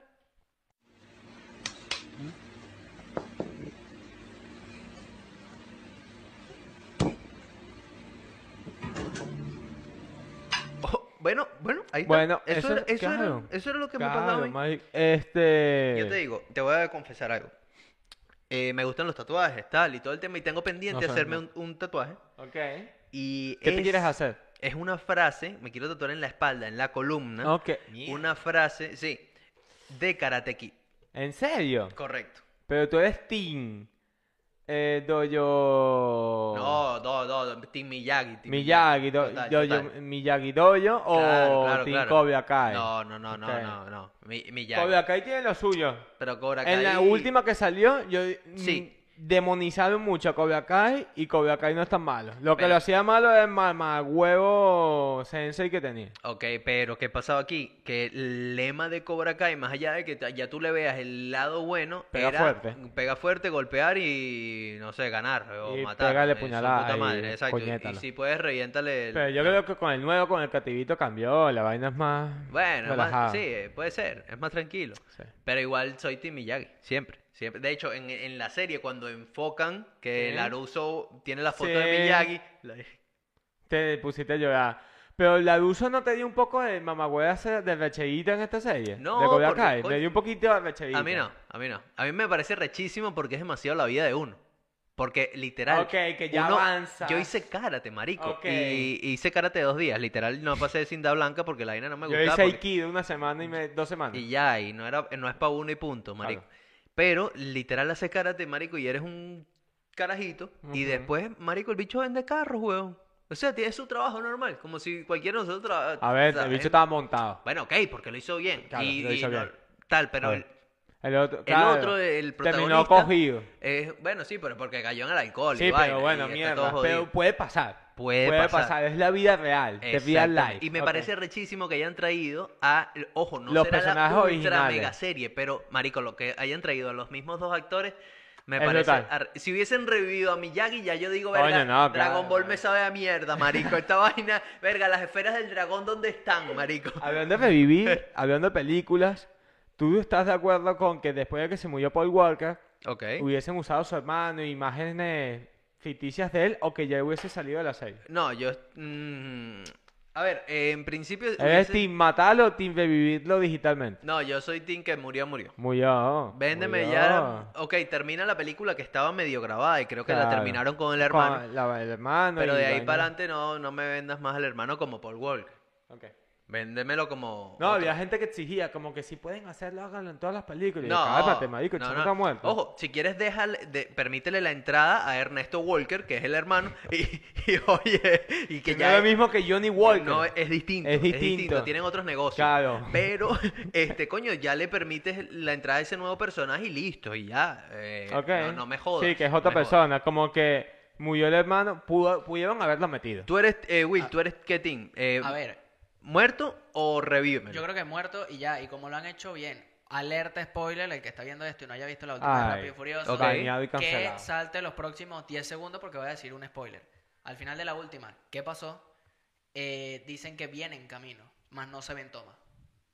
[SPEAKER 1] Oh, bueno, bueno, ahí está.
[SPEAKER 2] Bueno,
[SPEAKER 1] eso,
[SPEAKER 2] eso-
[SPEAKER 1] era, eso, era-
[SPEAKER 2] claro.
[SPEAKER 1] eso era lo que me pasaba a
[SPEAKER 2] Claro,
[SPEAKER 1] mí.
[SPEAKER 2] marico. Este.
[SPEAKER 1] Yo te digo, te voy a confesar algo. Eh, me gustan los tatuajes, tal, y todo el tema. Y tengo pendiente
[SPEAKER 2] sé,
[SPEAKER 1] hacerme
[SPEAKER 2] no.
[SPEAKER 1] un, un tatuaje.
[SPEAKER 2] Ok.
[SPEAKER 1] Y
[SPEAKER 2] ¿Qué te
[SPEAKER 1] es-
[SPEAKER 2] quieres hacer?
[SPEAKER 1] Es una frase, me quiero tatuar en la espalda, en la columna.
[SPEAKER 2] Ok.
[SPEAKER 1] Una frase, sí, de Karate Kid.
[SPEAKER 2] ¿En serio?
[SPEAKER 1] Correcto.
[SPEAKER 2] Pero tú eres Team. Eh, Doyo.
[SPEAKER 1] No, no, no, no, Team Miyagi. Team
[SPEAKER 2] Oh. Miyagi, do-
[SPEAKER 1] Total,
[SPEAKER 2] doyo-
[SPEAKER 1] total.
[SPEAKER 2] Miyagi Doyo o
[SPEAKER 1] Claro, claro,
[SPEAKER 2] Oh, Team
[SPEAKER 1] claro.
[SPEAKER 2] Cobra Kai.
[SPEAKER 1] No, no, no, no,
[SPEAKER 2] Ok.
[SPEAKER 1] no, no. Mi- Miyagi.
[SPEAKER 2] Cobra Kai tiene lo suyo.
[SPEAKER 1] Pero Cobra Kai.
[SPEAKER 2] En la última que salió, yo mm,
[SPEAKER 1] Sí.
[SPEAKER 2] demonizaron mucho a Cobra Kai y Cobra Kai no es tan malo. Lo que
[SPEAKER 1] Pero-
[SPEAKER 2] lo hacía malo es el mamagüevo sensei que tenía.
[SPEAKER 1] Ok, pero ¿qué pasaba aquí? Que el lema de Cobra Kai, más allá de que ta- ya tú le veas el lado bueno,
[SPEAKER 2] Pega
[SPEAKER 1] era
[SPEAKER 2] fuerte.
[SPEAKER 1] pega fuerte, golpear y no sé, ganar o
[SPEAKER 2] Y
[SPEAKER 1] matar.
[SPEAKER 2] pégale
[SPEAKER 1] eh, su
[SPEAKER 2] puñalada
[SPEAKER 1] puta
[SPEAKER 2] y
[SPEAKER 1] madre, exacto. Y- Y,
[SPEAKER 2] coñétala.
[SPEAKER 1] si puedes, reviéntale. el-
[SPEAKER 2] Pero yo creo que con el nuevo, con el cativito cambió, la vaina es más
[SPEAKER 1] Bueno, es más-
[SPEAKER 2] relajada.
[SPEAKER 1] sí, eh, puede ser, es más tranquilo.
[SPEAKER 2] Sí.
[SPEAKER 1] Pero igual soy Team Miyagi, siempre, siempre. De hecho, en, en la serie, cuando enfocan que
[SPEAKER 2] Sí.
[SPEAKER 1] Laruso tiene la foto
[SPEAKER 2] Sí.
[SPEAKER 1] de Miyagi, la-
[SPEAKER 2] Te pusiste a llorar. Pero la Laruso no te dio un poco de mamagüeva de recheíta en esta serie.
[SPEAKER 1] No,
[SPEAKER 2] de Cobra
[SPEAKER 1] porque,
[SPEAKER 2] Kai.
[SPEAKER 1] coño.
[SPEAKER 2] Me dio un poquito de recheíta.
[SPEAKER 1] a mí no, a mí no. A mí me parece rechísimo porque es demasiado la vida de uno. Porque literal.
[SPEAKER 2] Ok, que ya
[SPEAKER 1] uno-
[SPEAKER 2] avanza.
[SPEAKER 1] Yo hice karate, marico.
[SPEAKER 2] Ok.
[SPEAKER 1] Y y hice karate dos días. Literal, no pasé de cinta blanca porque la vaina no me
[SPEAKER 2] Yo
[SPEAKER 1] gustaba.
[SPEAKER 2] hice
[SPEAKER 1] porque-
[SPEAKER 2] Aikido una semana y me- dos semanas.
[SPEAKER 1] Y ya, y no, era, no es para uno y punto,
[SPEAKER 2] Claro.
[SPEAKER 1] marico. Pero literal haces karate, marico, y eres un carajito. Y
[SPEAKER 2] Ujú.
[SPEAKER 1] después, marico, el bicho vende carros, weón. O sea, tiene su trabajo normal, como si cualquiera de nosotros traba-
[SPEAKER 2] A ver,
[SPEAKER 1] tra-
[SPEAKER 2] el bicho
[SPEAKER 1] eh,
[SPEAKER 2] estaba montado.
[SPEAKER 1] Bueno, ok, porque lo hizo bien.
[SPEAKER 2] Claro,
[SPEAKER 1] y,
[SPEAKER 2] lo hizo
[SPEAKER 1] y no-
[SPEAKER 2] bien.
[SPEAKER 1] tal, pero
[SPEAKER 2] A
[SPEAKER 1] el,
[SPEAKER 2] ver. El otro,
[SPEAKER 1] el
[SPEAKER 2] claro,
[SPEAKER 1] otro, el
[SPEAKER 2] terminó
[SPEAKER 1] protagonista...
[SPEAKER 2] cogido.
[SPEAKER 1] eh, bueno, sí, pero porque cayó en el alcohol y
[SPEAKER 2] Sí,
[SPEAKER 1] vaina,
[SPEAKER 2] pero bueno,
[SPEAKER 1] y está todo
[SPEAKER 2] mierda. Pero
[SPEAKER 1] jodido.
[SPEAKER 2] puede pasar.
[SPEAKER 1] Puede pasar.
[SPEAKER 2] Es la vida real. De vida
[SPEAKER 1] Exactamente.
[SPEAKER 2] live.
[SPEAKER 1] Y me
[SPEAKER 2] Ok.
[SPEAKER 1] parece rechísimo que hayan traído a. Ojo, no
[SPEAKER 2] Los
[SPEAKER 1] será
[SPEAKER 2] personajes
[SPEAKER 1] la ultra
[SPEAKER 2] originales.
[SPEAKER 1] mega serie, pero, marico, lo que hayan traído a los mismos dos actores. Me
[SPEAKER 2] Es
[SPEAKER 1] parece.
[SPEAKER 2] brutal.
[SPEAKER 1] arre- Si hubiesen revivido a Miyagi, ya yo digo,
[SPEAKER 2] Coño,
[SPEAKER 1] verga,
[SPEAKER 2] no,
[SPEAKER 1] Dragon
[SPEAKER 2] claro,
[SPEAKER 1] Ball
[SPEAKER 2] no.
[SPEAKER 1] me sabe a mierda, marico. Esta vaina, verga, las esferas del dragón, ¿dónde están, marico?
[SPEAKER 2] Hablando de revivir, hablando de películas, ¿tú estás de acuerdo con que después de que se murió Paul Walker,
[SPEAKER 1] Ok.
[SPEAKER 2] hubiesen usado su hermano, imágenes ficticias de él, o que ya hubiese salido de la serie?
[SPEAKER 1] No, yo. mm, A ver, eh, en principio.
[SPEAKER 2] ¿Eres
[SPEAKER 1] hubiese-
[SPEAKER 2] team matarlo o team revivirlo digitalmente?
[SPEAKER 1] No, yo soy Tim que murió, murió.
[SPEAKER 2] Muy yo.
[SPEAKER 1] Véndeme
[SPEAKER 2] muy
[SPEAKER 1] ya.
[SPEAKER 2] yo.
[SPEAKER 1] Ok, termina la película que estaba medio grabada y creo que la
[SPEAKER 2] Claro.
[SPEAKER 1] terminaron con el hermano.
[SPEAKER 2] Con la- el hermano.
[SPEAKER 1] Pero
[SPEAKER 2] y
[SPEAKER 1] de ahí
[SPEAKER 2] vaina.
[SPEAKER 1] para adelante no, no me vendas más al hermano como Paul Walker.
[SPEAKER 2] Ok.
[SPEAKER 1] Véndemelo como.
[SPEAKER 2] No,
[SPEAKER 1] otro.
[SPEAKER 2] había gente que exigía, como que si pueden hacerlo, háganlo en todas las películas. No,
[SPEAKER 1] No,
[SPEAKER 2] cálmate, marico, el
[SPEAKER 1] no,
[SPEAKER 2] chamo
[SPEAKER 1] no.
[SPEAKER 2] está muerto.
[SPEAKER 1] Ojo, si quieres, déjale, de- permítele la entrada a Ernesto Walker, que es el hermano, y, y, oye, y que
[SPEAKER 2] Que no
[SPEAKER 1] ya
[SPEAKER 2] es lo mismo que Johnny Walker.
[SPEAKER 1] No, es distinto,
[SPEAKER 2] Es
[SPEAKER 1] es distinto.
[SPEAKER 2] distinto.
[SPEAKER 1] tienen otros negocios.
[SPEAKER 2] Claro.
[SPEAKER 1] Pero, este, coño, ya le permites la entrada de ese nuevo personaje y listo, y ya. eh,
[SPEAKER 2] Ok.
[SPEAKER 1] no, no me jodas.
[SPEAKER 2] Sí, que es
[SPEAKER 1] no
[SPEAKER 2] otra
[SPEAKER 1] me jodas.
[SPEAKER 2] persona. Como que murió el hermano, pudo- pudieron haberlo metido.
[SPEAKER 1] Tú eres, eh, Will, tú eres qué team? Eh,
[SPEAKER 3] Ah. A ver,
[SPEAKER 1] ¿Muerto o revive?
[SPEAKER 3] yo creo que muerto y ya. Y como lo han hecho bien. Alerta spoiler, el que está viendo esto y no haya visto la última de
[SPEAKER 2] Ay,
[SPEAKER 3] Rápido y Furioso.
[SPEAKER 1] Ah, ok.
[SPEAKER 2] Baneado y
[SPEAKER 3] Que
[SPEAKER 2] cancelado.
[SPEAKER 3] salte los próximos 10 segundos porque voy a decir un spoiler. Al final de la última, ¿qué pasó? Eh, dicen que viene en camino, más no se ven toma.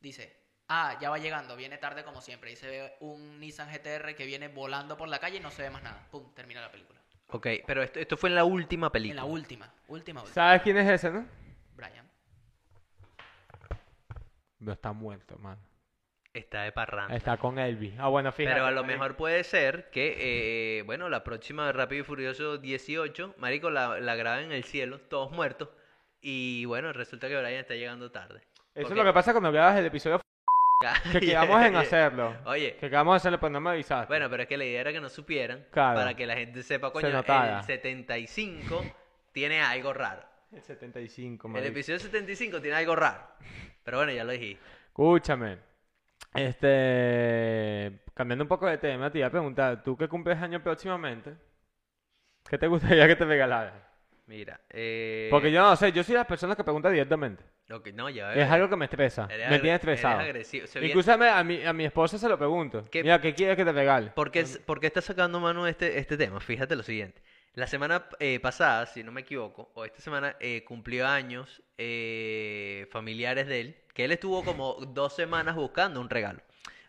[SPEAKER 3] Dice, ah, ya va llegando, viene tarde como siempre. Y se ve un Nissan GTR que viene volando por la calle y no se ve más nada. Pum, termina la película.
[SPEAKER 1] Ok, pero esto, esto fue en la última película.
[SPEAKER 3] En la última, última, última.
[SPEAKER 2] ¿Sabes quién es ese, no?
[SPEAKER 3] Brian.
[SPEAKER 2] No está muerto, mano.
[SPEAKER 1] Está de parranda.
[SPEAKER 2] Está con Elvis. Ah, bueno, fíjate.
[SPEAKER 1] Pero a lo
[SPEAKER 2] marico.
[SPEAKER 1] mejor puede ser que, eh, bueno, la próxima de Rápido y Furioso 18, Marico, la, la graben en el cielo, todos muertos. Y bueno, resulta que Brian está llegando tarde.
[SPEAKER 2] Eso es
[SPEAKER 1] Porque-
[SPEAKER 2] lo que pasa cuando grabas el episodio. Que quedamos en hacerlo.
[SPEAKER 1] Oye,
[SPEAKER 2] Que quedamos en hacerlo, pero no me avisaste.
[SPEAKER 1] bueno, pero es que la idea era que nos supieran
[SPEAKER 2] Claro.
[SPEAKER 1] para que la gente sepa, coño,
[SPEAKER 2] notara.
[SPEAKER 1] el 75 tiene algo raro.
[SPEAKER 2] El 75,
[SPEAKER 1] El
[SPEAKER 2] marico.
[SPEAKER 1] episodio 75 tiene algo raro. Pero bueno, ya lo dije.
[SPEAKER 2] Escúchame. Este. Cambiando un poco de tema, te iba a preguntar, tú que cumples año próximamente, ¿qué te gustaría que te regalaran?
[SPEAKER 1] Mira, eh...
[SPEAKER 2] Porque yo no sé, yo soy las personas que preguntan directamente.
[SPEAKER 1] lo que- no, ya
[SPEAKER 2] Es
[SPEAKER 1] ves,
[SPEAKER 2] algo que me estresa.
[SPEAKER 1] eres
[SPEAKER 2] me
[SPEAKER 1] agre-
[SPEAKER 2] tiene estresado.
[SPEAKER 1] eres agresivo. Se viene-
[SPEAKER 2] Incluso a mi, a mi- a mi esposa se lo pregunto.
[SPEAKER 1] ¿Qué-
[SPEAKER 2] Mira, ¿qué quieres que te regale?
[SPEAKER 1] ¿Por qué, es- por qué está sacando mano este, este tema? Fíjate lo siguiente. La semana eh, pasada, si no me equivoco, o esta semana, eh, cumplió años eh, familiares de él, que él estuvo como dos semanas buscando un regalo.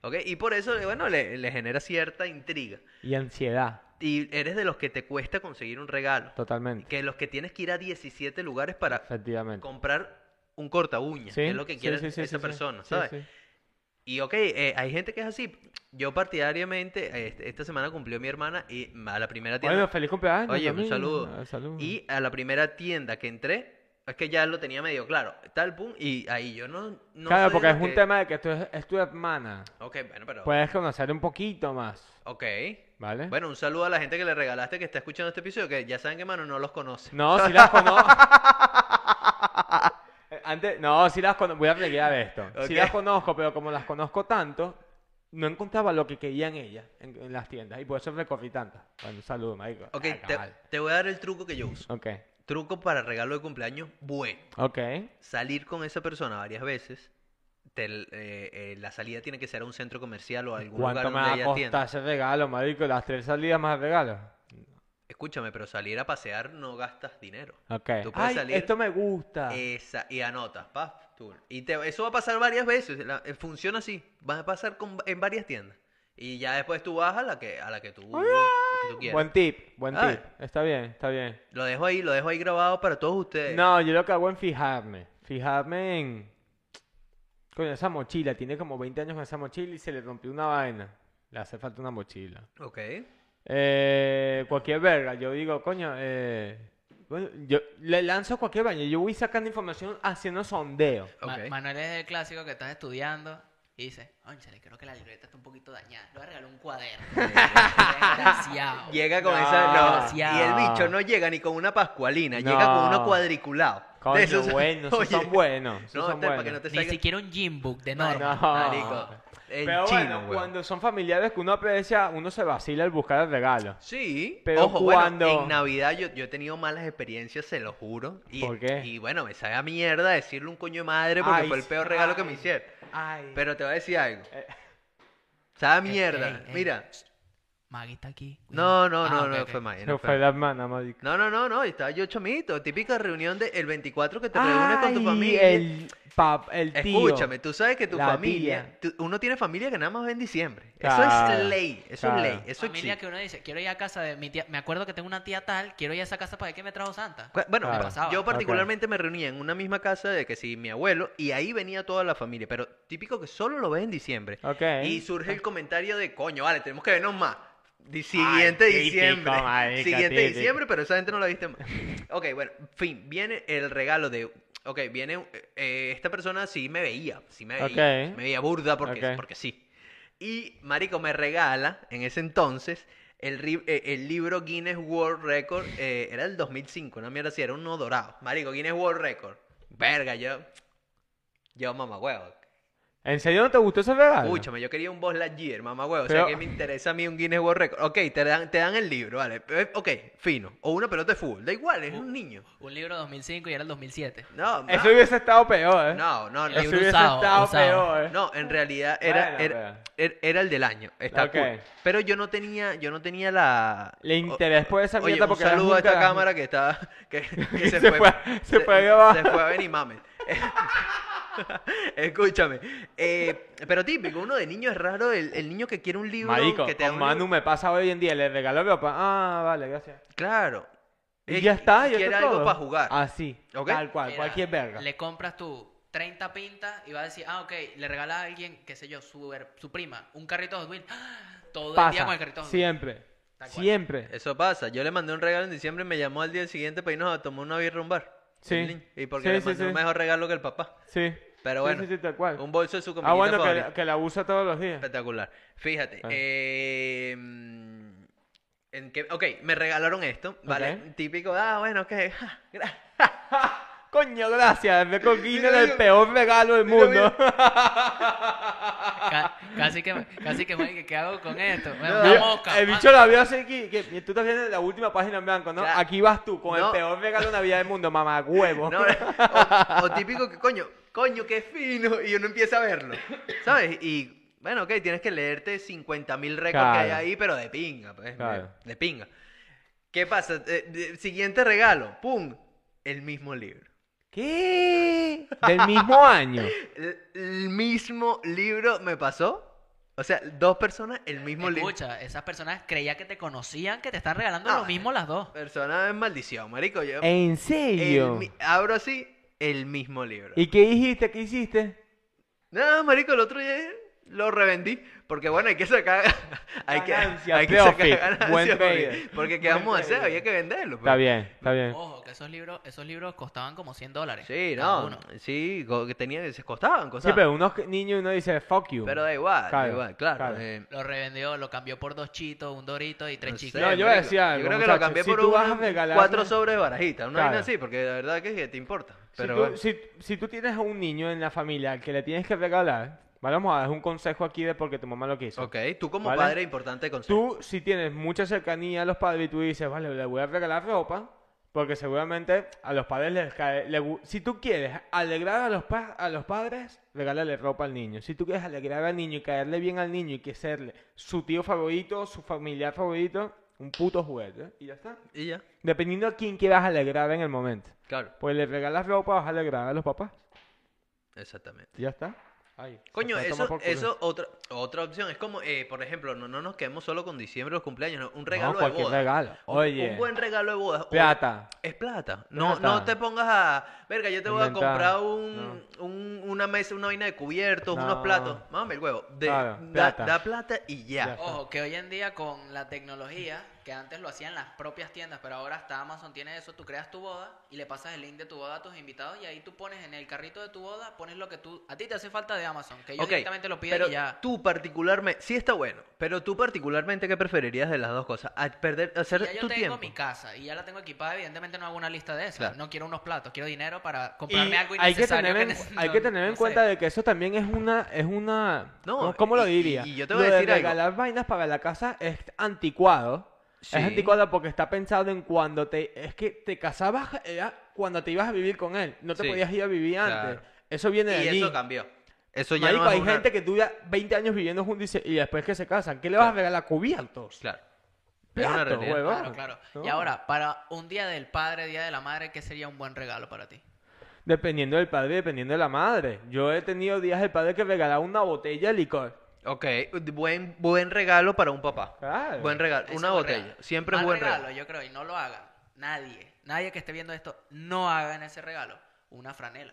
[SPEAKER 1] ¿Ok? Y por eso, eh, bueno, le, le genera cierta intriga.
[SPEAKER 2] Y ansiedad,
[SPEAKER 1] Y eres de los que te cuesta conseguir un regalo.
[SPEAKER 2] totalmente.
[SPEAKER 1] Que los que tienes que ir a 17 lugares para
[SPEAKER 2] Efectivamente.
[SPEAKER 1] comprar un corta uña,
[SPEAKER 2] Sí,
[SPEAKER 1] que es lo que
[SPEAKER 2] sí,
[SPEAKER 1] quiere
[SPEAKER 2] sí, sí,
[SPEAKER 1] esa
[SPEAKER 2] sí, sí.
[SPEAKER 1] persona,
[SPEAKER 2] Sí,
[SPEAKER 1] ¿sabes?
[SPEAKER 2] sí.
[SPEAKER 1] Y ok, eh, hay gente que es así. Yo partidariamente, este- esta semana cumplió mi hermana y a la primera tienda...
[SPEAKER 2] Bueno, feliz cumpleaños.
[SPEAKER 1] Oye, un
[SPEAKER 2] también.
[SPEAKER 1] saludo.
[SPEAKER 2] Ah, saludo.
[SPEAKER 1] Y a la primera tienda que entré, es que ya lo tenía medio claro. Tal, pum, y ahí yo no... no
[SPEAKER 2] claro,
[SPEAKER 1] soy
[SPEAKER 2] porque
[SPEAKER 1] de
[SPEAKER 2] es un
[SPEAKER 1] que-
[SPEAKER 2] tema Pues- de que tú es, es tu hermana.
[SPEAKER 1] Ok, bueno, pero...
[SPEAKER 2] Puedes conocer un poquito más,
[SPEAKER 1] Ok.
[SPEAKER 2] ¿vale?
[SPEAKER 1] Bueno, un saludo a la gente que le regalaste que está escuchando este episodio, que ya saben que, mano, no los conoce.
[SPEAKER 2] No, si las conozco. Antes, no, si las conozco. Voy a pelear esto. Si
[SPEAKER 1] Ok.
[SPEAKER 2] las conozco, pero como las conozco tanto, no encontraba lo que querían ellas en, en las tiendas. Y por eso recorrí tantas. Bueno, un saludo, marico.
[SPEAKER 1] Ok,
[SPEAKER 2] Ah,
[SPEAKER 1] te,
[SPEAKER 2] cabal.
[SPEAKER 1] te voy a dar el truco que yo uso.
[SPEAKER 2] Ok.
[SPEAKER 1] Truco para regalo de cumpleaños bueno.
[SPEAKER 2] Ok.
[SPEAKER 1] Salir con esa persona varias veces. te- eh, eh, la salida tiene que ser a un centro comercial o a algún lugar
[SPEAKER 2] ¿Cuánto me
[SPEAKER 1] donde
[SPEAKER 2] va a
[SPEAKER 1] haya
[SPEAKER 2] costar
[SPEAKER 1] tienda.
[SPEAKER 2] ese regalo, marico? Las tres salidas más el regalo.
[SPEAKER 1] Escúchame, pero salir a pasear no gastas dinero.
[SPEAKER 2] Ok.
[SPEAKER 1] Tú puedes
[SPEAKER 2] Ay,
[SPEAKER 1] salir- Eh,
[SPEAKER 2] esto me gusta.
[SPEAKER 1] Esa, y anotas, paf, tú. Y te- eso va a pasar varias veces. la- eh, funciona así. Va a pasar con- en varias tiendas. Y ya después tú vas a la que, a la que tú, que tú quieras.
[SPEAKER 2] Ah. Buen tip, buen
[SPEAKER 1] Ah.
[SPEAKER 2] tip. Está bien, está bien.
[SPEAKER 1] Lo dejo ahí, lo dejo ahí grabado para todos ustedes.
[SPEAKER 2] No, yo lo que hago es fijarme. Fijarme en. Coño, esa mochila. Tiene como 20 años con esa mochila y se le rompió una vaina. Le hace falta una mochila.
[SPEAKER 1] Ok.
[SPEAKER 2] Eh, cualquier verga. Yo digo, coño, eh, bueno, yo le lanzo cualquier vaina. Yo voy sacando información haciendo sondeo.
[SPEAKER 1] Ok.
[SPEAKER 3] Ma- Manuel es el clásico que estás estudiando y dice, le creo que la libreta está un poquito dañada. Le voy a regalar un cuaderno. Desgraciado.
[SPEAKER 1] Llega con
[SPEAKER 2] No.
[SPEAKER 1] esa. No. Y
[SPEAKER 3] Demasiado.
[SPEAKER 1] el bicho no llega ni con una pascualina,
[SPEAKER 2] No.
[SPEAKER 1] llega con uno cuadriculado. De
[SPEAKER 2] Coño,
[SPEAKER 1] esos-
[SPEAKER 2] bueno, esos
[SPEAKER 1] Oye,
[SPEAKER 2] son buenos. esos
[SPEAKER 1] No,
[SPEAKER 2] son
[SPEAKER 1] te- para que
[SPEAKER 2] buenos.
[SPEAKER 1] no te
[SPEAKER 3] Ni
[SPEAKER 1] salga.
[SPEAKER 3] siquiera un gym book de norma.
[SPEAKER 2] No.
[SPEAKER 1] Marico, el
[SPEAKER 2] Pero bueno,
[SPEAKER 1] chino, weón.
[SPEAKER 2] cuando son familiares que uno aprecia, uno se vacila al buscar el regalo.
[SPEAKER 1] Sí,
[SPEAKER 2] Pero
[SPEAKER 1] ojo,
[SPEAKER 2] cuando-
[SPEAKER 1] bueno, en Navidad yo, yo he tenido malas experiencias, se lo juro. Y,
[SPEAKER 2] ¿Por qué?
[SPEAKER 1] Y bueno, me sabe a mierda decirle un coño de madre porque
[SPEAKER 2] Ay,
[SPEAKER 1] fue el peor regalo que me
[SPEAKER 2] ay.
[SPEAKER 1] hicieron.
[SPEAKER 2] Ay.
[SPEAKER 1] Pero te voy a decir algo.
[SPEAKER 2] Eh.
[SPEAKER 1] Sabe a mierda.
[SPEAKER 3] ey, ey.
[SPEAKER 1] Mira,
[SPEAKER 3] Maggie está aquí.
[SPEAKER 1] No, no,
[SPEAKER 3] Ah,
[SPEAKER 1] no,
[SPEAKER 3] ok,
[SPEAKER 1] no
[SPEAKER 3] ok.
[SPEAKER 1] fue Maggie.
[SPEAKER 2] Se
[SPEAKER 1] No,
[SPEAKER 2] fue
[SPEAKER 1] fue
[SPEAKER 2] la hermana, marico.
[SPEAKER 1] no, no, no, no, estaba yo chomito. Típica reunión de el 24 que te reúnes con tu
[SPEAKER 2] Ay,
[SPEAKER 1] familia.
[SPEAKER 2] El, pap, el tío.
[SPEAKER 1] Escúchame, tú sabes que tu
[SPEAKER 2] la
[SPEAKER 1] familia, tú- uno tiene familia que nada más ve en diciembre. Eso
[SPEAKER 2] Claro,
[SPEAKER 1] es ley, eso
[SPEAKER 2] claro.
[SPEAKER 1] es ley, eso
[SPEAKER 3] Familia
[SPEAKER 1] existe.
[SPEAKER 3] que uno dice, quiero ir a casa de mi tía. Me acuerdo que tengo una tía tal, quiero ir a esa casa para ver qué me trajo Santa.
[SPEAKER 1] Cu- Bueno,
[SPEAKER 2] Claro.
[SPEAKER 1] me pasaba. yo
[SPEAKER 2] Ok.
[SPEAKER 1] particularmente me reunía en una misma casa de que sí, mi abuelo, y ahí venía toda la familia, pero típico que solo lo ves en diciembre.
[SPEAKER 2] Ok.
[SPEAKER 1] Y surge el comentario de, coño, vale, tenemos que vernos más. Di- Siguiente
[SPEAKER 2] típico,
[SPEAKER 1] diciembre.
[SPEAKER 2] marica,
[SPEAKER 1] siguiente
[SPEAKER 2] típico.
[SPEAKER 1] diciembre, pero esa gente no la viste más. Ok, bueno, fin, viene el regalo de... Ok, viene... eh, esta persona sí me veía, sí me veía.
[SPEAKER 2] Ok.
[SPEAKER 1] sí me veía burda porque,
[SPEAKER 2] Ok.
[SPEAKER 1] porque sí. Y Marico me regala, en ese entonces, el, ri- eh, el libro Guinness World Record. eh, era el 2005, una mierda así, era uno dorado. Marico, Guinness World Record. Verga, yo... Yo, mamá, huevo.
[SPEAKER 2] ¿En serio no te gustó ese regalo?
[SPEAKER 1] Escúchame, yo quería un Buzz Lightyear, mamá huevo. O sea,
[SPEAKER 2] Pero-
[SPEAKER 1] que me interesa a mí un Guinness World Record. Ok, te dan, te dan el libro, vale. Eh, Ok, fino. O una pelota de fútbol. Da igual, es un niño.
[SPEAKER 3] Un libro de 2005 y era el 2007.
[SPEAKER 1] No, no,
[SPEAKER 2] Eso hubiese estado peor, ¿eh?
[SPEAKER 1] no, no,
[SPEAKER 3] Eso
[SPEAKER 2] Eso
[SPEAKER 1] libro-
[SPEAKER 2] hubiese
[SPEAKER 3] usado,
[SPEAKER 2] estado
[SPEAKER 3] usado.
[SPEAKER 2] peor. ¿eh?
[SPEAKER 1] no, en realidad era,
[SPEAKER 2] Bueno,
[SPEAKER 1] era, er- era el del año. Está
[SPEAKER 2] Ok.
[SPEAKER 1] cool. Pero yo no tenía, yo no tenía la...
[SPEAKER 2] Le interés por esa
[SPEAKER 1] Oye,
[SPEAKER 2] mierda
[SPEAKER 1] un
[SPEAKER 2] porque
[SPEAKER 1] saludo a
[SPEAKER 2] nunca
[SPEAKER 1] esta
[SPEAKER 2] la-
[SPEAKER 1] cámara que está... Que, que
[SPEAKER 2] Se fue- se fue a grabar.
[SPEAKER 1] Se fue a venir, mames. Escúchame, eh, pero típico, uno de niño es raro el, el niño que quiere un libro
[SPEAKER 2] Marico,
[SPEAKER 1] que te da
[SPEAKER 2] con
[SPEAKER 1] un libro-
[SPEAKER 2] Manu me pasa hoy en día, le regaló a mi papá. Ah, vale, gracias.
[SPEAKER 1] Claro.
[SPEAKER 2] Y
[SPEAKER 1] Eh,
[SPEAKER 2] ya está,
[SPEAKER 1] qu-
[SPEAKER 2] ya
[SPEAKER 1] quiere
[SPEAKER 2] está
[SPEAKER 1] algo
[SPEAKER 2] todo. Ah,
[SPEAKER 1] para jugar.
[SPEAKER 2] Así,
[SPEAKER 1] Ok.
[SPEAKER 2] tal cual,
[SPEAKER 3] Mira,
[SPEAKER 2] cualquier verga.
[SPEAKER 3] Le compras tú 30 pintas y va a decir, ah, ok, le regala a alguien, qué sé yo, su, her- su prima, un carrito de Hot Wheels. ¡Ah! Todo el día
[SPEAKER 2] Pasa,
[SPEAKER 3] con el carrito de Hot Wheels.
[SPEAKER 2] siempre,
[SPEAKER 3] Tal cual.
[SPEAKER 2] siempre.
[SPEAKER 1] Eso pasa. Yo le mandé un regalo en diciembre y me llamó al día siguiente para irnos a tomar una birra a un bar.
[SPEAKER 2] Sí.
[SPEAKER 1] El niño. Y porque
[SPEAKER 2] Sí,
[SPEAKER 1] le
[SPEAKER 2] sí,
[SPEAKER 1] mandé
[SPEAKER 2] sí.
[SPEAKER 1] un mejor regalo que el papá.
[SPEAKER 2] Sí.
[SPEAKER 1] Pero
[SPEAKER 2] Sí,
[SPEAKER 1] bueno,
[SPEAKER 2] sí, sí, tal cual.
[SPEAKER 1] Un bolso de su comida
[SPEAKER 2] Ah, bueno, que, la- que la usa todos los días.
[SPEAKER 1] Espectacular. Fíjate.
[SPEAKER 2] Ah.
[SPEAKER 1] eh, en que, ok, me regalaron esto, ¿vale?
[SPEAKER 2] Ok.
[SPEAKER 1] Típico, ah, bueno, ok. ja, gra-
[SPEAKER 2] Coño, gracias. Me coquino
[SPEAKER 1] Mira,
[SPEAKER 2] el
[SPEAKER 1] mira.
[SPEAKER 2] peor regalo del
[SPEAKER 1] Mira,
[SPEAKER 2] mundo.
[SPEAKER 3] Ca- casi que, casi que, "Oye, ¿qué hago con esto? Bueno,
[SPEAKER 2] Mira,
[SPEAKER 3] una mosca.
[SPEAKER 2] el
[SPEAKER 3] ah,
[SPEAKER 2] bicho la vio así que, que tú estás viendo la última página en blanco, ¿no?
[SPEAKER 1] Claro.
[SPEAKER 2] Aquí vas tú con
[SPEAKER 1] No.
[SPEAKER 2] el peor regalo de Navidad del mundo, mamá huevo.
[SPEAKER 1] No, o, o típico que, coño, coño, qué fino. Y uno empieza a verlo. ¿Sabes? Y bueno, ok, tienes que leerte 50.000 mil récords que hay
[SPEAKER 2] Claro.
[SPEAKER 1] ahí, pero de pinga, pues.
[SPEAKER 2] Claro.
[SPEAKER 1] De pinga. ¿Qué pasa? Eh, de- siguiente regalo. ¡Pum! El mismo libro.
[SPEAKER 2] ¿Qué? Del mismo año.
[SPEAKER 1] El, el mismo libro me pasó. O sea, dos personas, el mismo libro.
[SPEAKER 3] Ah, Escucha, esas personas creían que te conocían, que te están regalando
[SPEAKER 1] Ah,
[SPEAKER 3] lo mismo las dos.
[SPEAKER 1] Persona es maldición, marico. Yo
[SPEAKER 2] ¿En
[SPEAKER 1] el
[SPEAKER 2] serio?
[SPEAKER 1] mi- abro así, el mismo libro.
[SPEAKER 2] ¿Y qué dijiste? ¿Qué hiciste?
[SPEAKER 1] No, marico, el otro día lo revendí. Porque bueno, hay que sacar. hay que,
[SPEAKER 2] Ganancias,
[SPEAKER 1] hay que
[SPEAKER 2] profit,
[SPEAKER 1] sacar ganancias.
[SPEAKER 2] buen
[SPEAKER 1] porque-
[SPEAKER 2] trader.
[SPEAKER 1] Porque ¿qué vamos a hacer?
[SPEAKER 2] trader.
[SPEAKER 1] Había que venderlo. pues.
[SPEAKER 2] Está bien, está bien.
[SPEAKER 3] Ojo, que esos libros, esos libros costaban como 100 dólares.
[SPEAKER 1] Sí,
[SPEAKER 3] cada
[SPEAKER 1] no.
[SPEAKER 3] uno.
[SPEAKER 1] Sí, co- que tenían, se costaban cosas.
[SPEAKER 2] Sí, pero unos niños uno dice, fuck you.
[SPEAKER 1] Pero da igual, da
[SPEAKER 2] Claro,
[SPEAKER 1] igual, claro.
[SPEAKER 2] claro.
[SPEAKER 1] eh,
[SPEAKER 3] Lo revendió, lo cambió por dos chitos, un dorito y tres
[SPEAKER 1] no
[SPEAKER 3] chicles.
[SPEAKER 1] sé,
[SPEAKER 2] No, yo
[SPEAKER 1] marico,
[SPEAKER 2] decía algo,
[SPEAKER 1] creo que lo
[SPEAKER 2] muchacho,
[SPEAKER 1] cambié
[SPEAKER 2] si
[SPEAKER 1] por
[SPEAKER 2] tú
[SPEAKER 1] un-
[SPEAKER 2] vas a regalarme-
[SPEAKER 1] cuatro sobres de barajita. Una vaina
[SPEAKER 2] Claro.
[SPEAKER 1] así, porque la verdad que, que te importa. Pero
[SPEAKER 2] si,
[SPEAKER 1] bueno.
[SPEAKER 2] tú, si, si tú tienes a un niño en la familia al que le tienes que regalar, vale, vamos a dar un consejo aquí de porque tu mamá lo quiso.
[SPEAKER 1] Ok, tú como
[SPEAKER 2] ¿Vale?
[SPEAKER 1] padre, importante consejo.
[SPEAKER 2] Tú, si tienes mucha cercanía a los padres y tú dices, vale, le voy a regalar ropa, porque seguramente a los padres les cae... le gu- si tú quieres alegrar a los, pa- a los padres, regálale ropa al niño. Si tú quieres alegrar al niño y caerle bien al niño y que serle su tío favorito, su familiar favorito, un puto juguete. Y ya está.
[SPEAKER 1] Y ya,
[SPEAKER 2] Dependiendo a quién quieras alegrar en el momento.
[SPEAKER 1] claro,
[SPEAKER 2] Pues le regalas ropa, vas a alegrar a los papás.
[SPEAKER 1] exactamente.
[SPEAKER 2] Y ya está. Ay, se
[SPEAKER 1] Coño,
[SPEAKER 2] fue a tomar por
[SPEAKER 1] eso,
[SPEAKER 2] culo.
[SPEAKER 1] eso otra, otra opción. Es como, eh, por ejemplo, no, no nos quedemos solo con diciembre los cumpleaños, no, un regalo
[SPEAKER 2] no,
[SPEAKER 1] de
[SPEAKER 2] cualquier
[SPEAKER 1] boda.
[SPEAKER 2] regalo.
[SPEAKER 1] Un-
[SPEAKER 2] Oye,
[SPEAKER 1] Un, buen regalo de boda. O-
[SPEAKER 2] plata.
[SPEAKER 1] Es plata. No,
[SPEAKER 2] Plata.
[SPEAKER 1] no te pongas a. Verga, yo te voy a
[SPEAKER 2] Inventar.
[SPEAKER 1] comprar un, un- una mesa, una vaina de cubiertos,
[SPEAKER 2] No.
[SPEAKER 1] unos platos. Mame el huevo. De-
[SPEAKER 2] Claro,
[SPEAKER 1] da,
[SPEAKER 2] plata.
[SPEAKER 1] da plata y ya.
[SPEAKER 2] Ya.
[SPEAKER 3] Ojo, que hoy en día con la tecnología, que antes lo hacían las propias tiendas, pero ahora hasta Amazon tiene eso, tú creas tu boda y le pasas el link de tu boda a tus invitados y ahí tú pones en el carrito de tu boda, pones lo que tú... A ti te hace falta de Amazon, que ellos
[SPEAKER 1] Ok,
[SPEAKER 3] directamente lo piden
[SPEAKER 1] pero
[SPEAKER 3] y ya...
[SPEAKER 1] tú particularmente, sí está bueno, pero tú particularmente, ¿qué preferirías de las dos cosas? A perder, hacer
[SPEAKER 3] Y ya yo
[SPEAKER 1] tu
[SPEAKER 3] tengo
[SPEAKER 1] tiempo.
[SPEAKER 3] mi casa y ya la tengo equipada, evidentemente no hago una lista de esas.
[SPEAKER 1] Claro.
[SPEAKER 3] No quiero unos platos, quiero dinero para
[SPEAKER 2] Y
[SPEAKER 3] comprarme algo
[SPEAKER 2] hay que
[SPEAKER 3] innecesario.
[SPEAKER 2] tener en,
[SPEAKER 3] neces-
[SPEAKER 2] hay
[SPEAKER 3] no-
[SPEAKER 2] que tener en
[SPEAKER 3] no sé.
[SPEAKER 2] cuenta de que eso también es una es una
[SPEAKER 1] No,
[SPEAKER 2] ¿cómo- cómo lo
[SPEAKER 1] y- y-
[SPEAKER 2] diría
[SPEAKER 1] y yo te
[SPEAKER 2] Lo
[SPEAKER 1] voy a
[SPEAKER 2] de
[SPEAKER 1] decir algo.
[SPEAKER 2] regalar vainas para la casa es anticuado
[SPEAKER 1] Sí.
[SPEAKER 2] es anticuado porque está pensado en cuando te es que te casabas era cuando te ibas a vivir con él no te
[SPEAKER 1] Sí,
[SPEAKER 2] podías ir a vivir antes
[SPEAKER 1] claro.
[SPEAKER 2] eso viene de
[SPEAKER 1] Y
[SPEAKER 2] allí
[SPEAKER 1] eso cambió. Eso ya
[SPEAKER 2] Marico,
[SPEAKER 1] no es
[SPEAKER 2] hay
[SPEAKER 1] una-
[SPEAKER 2] gente que dura 20 años viviendo juntos y, se- y después que se casan, ¿qué le vas a
[SPEAKER 1] Claro.
[SPEAKER 2] regalar? Cubiertos.
[SPEAKER 1] Claro. Es
[SPEAKER 2] Platos,
[SPEAKER 1] una realidad.
[SPEAKER 2] huevón.
[SPEAKER 3] Claro, claro. Y
[SPEAKER 2] No.
[SPEAKER 3] ahora, para un día del padre, día de la madre, ¿qué sería un buen regalo para ti?
[SPEAKER 2] Dependiendo del padre, dependiendo de la madre. Yo he tenido días del padre que regalaba una botella de licor.
[SPEAKER 1] Ok, buen, buen regalo para un papá.
[SPEAKER 2] Claro.
[SPEAKER 1] Buen regalo,
[SPEAKER 3] Ese
[SPEAKER 1] una
[SPEAKER 3] es buen
[SPEAKER 1] botella.
[SPEAKER 3] regalo.
[SPEAKER 1] Siempre es
[SPEAKER 3] Mal
[SPEAKER 1] buen regalo.
[SPEAKER 3] regalo, yo creo, y no lo hagan. Nadie, nadie que esté viendo esto, no hagan ese regalo. Una franela.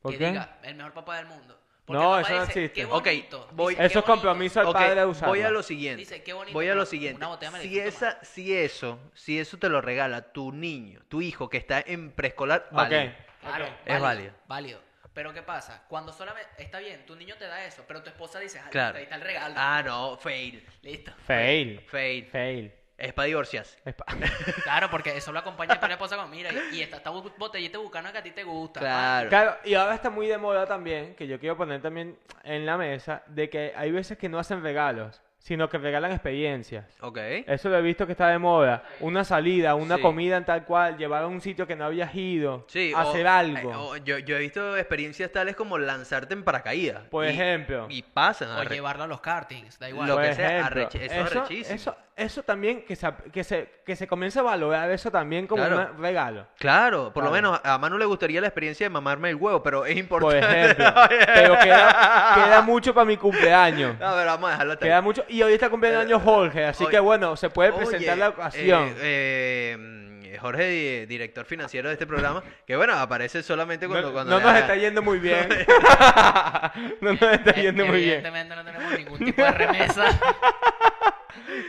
[SPEAKER 2] ¿Por
[SPEAKER 3] que
[SPEAKER 2] qué?
[SPEAKER 3] diga, el mejor papá del mundo.
[SPEAKER 2] No,
[SPEAKER 3] el papá
[SPEAKER 2] eso no
[SPEAKER 3] dice,
[SPEAKER 2] existe.
[SPEAKER 3] "Qué
[SPEAKER 1] Ok,
[SPEAKER 3] bonito",
[SPEAKER 1] voy-
[SPEAKER 3] dice, "Qué
[SPEAKER 2] Eso es
[SPEAKER 3] bonito".
[SPEAKER 2] compromiso del
[SPEAKER 1] Ok,
[SPEAKER 2] padre de usarlo.
[SPEAKER 1] voy a lo siguiente.
[SPEAKER 3] Dice, qué bonito,
[SPEAKER 1] voy a
[SPEAKER 3] pero
[SPEAKER 1] lo
[SPEAKER 3] una
[SPEAKER 1] siguiente.
[SPEAKER 3] botella me la
[SPEAKER 1] si,
[SPEAKER 3] disfruto
[SPEAKER 1] esa,
[SPEAKER 3] más.
[SPEAKER 1] si eso, si eso te lo regala tu niño, tu hijo que está en preescolar,
[SPEAKER 2] Ok.
[SPEAKER 1] vale.
[SPEAKER 3] Claro,
[SPEAKER 1] Ok. Es válido.
[SPEAKER 3] Válido. Pero ¿qué pasa? Cuando solamente está bien, tu niño te da eso, pero tu esposa dice, "Ah,
[SPEAKER 1] Claro.
[SPEAKER 3] ahí está el regalo.
[SPEAKER 1] Ah, no, fail.
[SPEAKER 3] Listo.
[SPEAKER 2] Fail.
[SPEAKER 1] Fail.
[SPEAKER 2] Fail.
[SPEAKER 1] Es para divorciarse.
[SPEAKER 2] Es pa-
[SPEAKER 3] Claro, porque eso lo acompaña para la esposa con, mira, y, y esta, esta bu- botellita de bucana que a ti te gusta.
[SPEAKER 1] Claro.
[SPEAKER 2] Claro, y ahora está muy de moda también, que yo quiero poner también en la mesa, de que hay veces que no hacen regalos, sino que regalan experiencias.
[SPEAKER 1] Ok.
[SPEAKER 2] Eso lo he visto que está de moda. Una salida, una
[SPEAKER 1] Sí.
[SPEAKER 2] comida en tal cual, llevar a un sitio que no habías ido,
[SPEAKER 1] Sí, o-
[SPEAKER 2] hacer
[SPEAKER 1] eh,
[SPEAKER 2] algo.
[SPEAKER 1] o yo, yo he visto experiencias tales como lanzarte en paracaídas.
[SPEAKER 2] Por
[SPEAKER 1] Y-
[SPEAKER 2] ejemplo.
[SPEAKER 1] Y pasan.
[SPEAKER 3] man. O
[SPEAKER 1] arre-
[SPEAKER 3] llevarlo a los kartings, da igual.
[SPEAKER 1] Lo
[SPEAKER 2] Por
[SPEAKER 1] que sea,
[SPEAKER 2] ejemplo.
[SPEAKER 1] arreche- eso es arrechísimo.
[SPEAKER 2] eso, eso también, que se, ap- que, se, que se comience a valorar eso también como
[SPEAKER 1] Claro.
[SPEAKER 2] un regalo.
[SPEAKER 1] Claro, por lo
[SPEAKER 2] Claro.
[SPEAKER 1] menos a Manu le gustaría la experiencia de mamarme el huevo, pero es
[SPEAKER 2] Por
[SPEAKER 1] importante.
[SPEAKER 2] ejemplo. Pero queda, queda mucho para mi cumpleaños.
[SPEAKER 1] A ver, vamos a dejarlo hasta ahí.
[SPEAKER 2] Queda mucho. Y hoy está cumpliendo años Jorge, así
[SPEAKER 1] oye,
[SPEAKER 2] que bueno, se puede presentar
[SPEAKER 1] Eh, Oye,
[SPEAKER 2] la ocasión.
[SPEAKER 1] eh, eh, mm, Jorge, di- director financiero de este programa, que bueno, aparece solamente cuando...
[SPEAKER 2] no
[SPEAKER 1] cuando
[SPEAKER 2] no
[SPEAKER 1] le
[SPEAKER 2] nos
[SPEAKER 1] haga-
[SPEAKER 2] está yendo muy bien. no nos está
[SPEAKER 1] este,
[SPEAKER 3] Eh,
[SPEAKER 2] yendo muy bien.
[SPEAKER 3] Evidentemente no tenemos ningún tipo de remesa.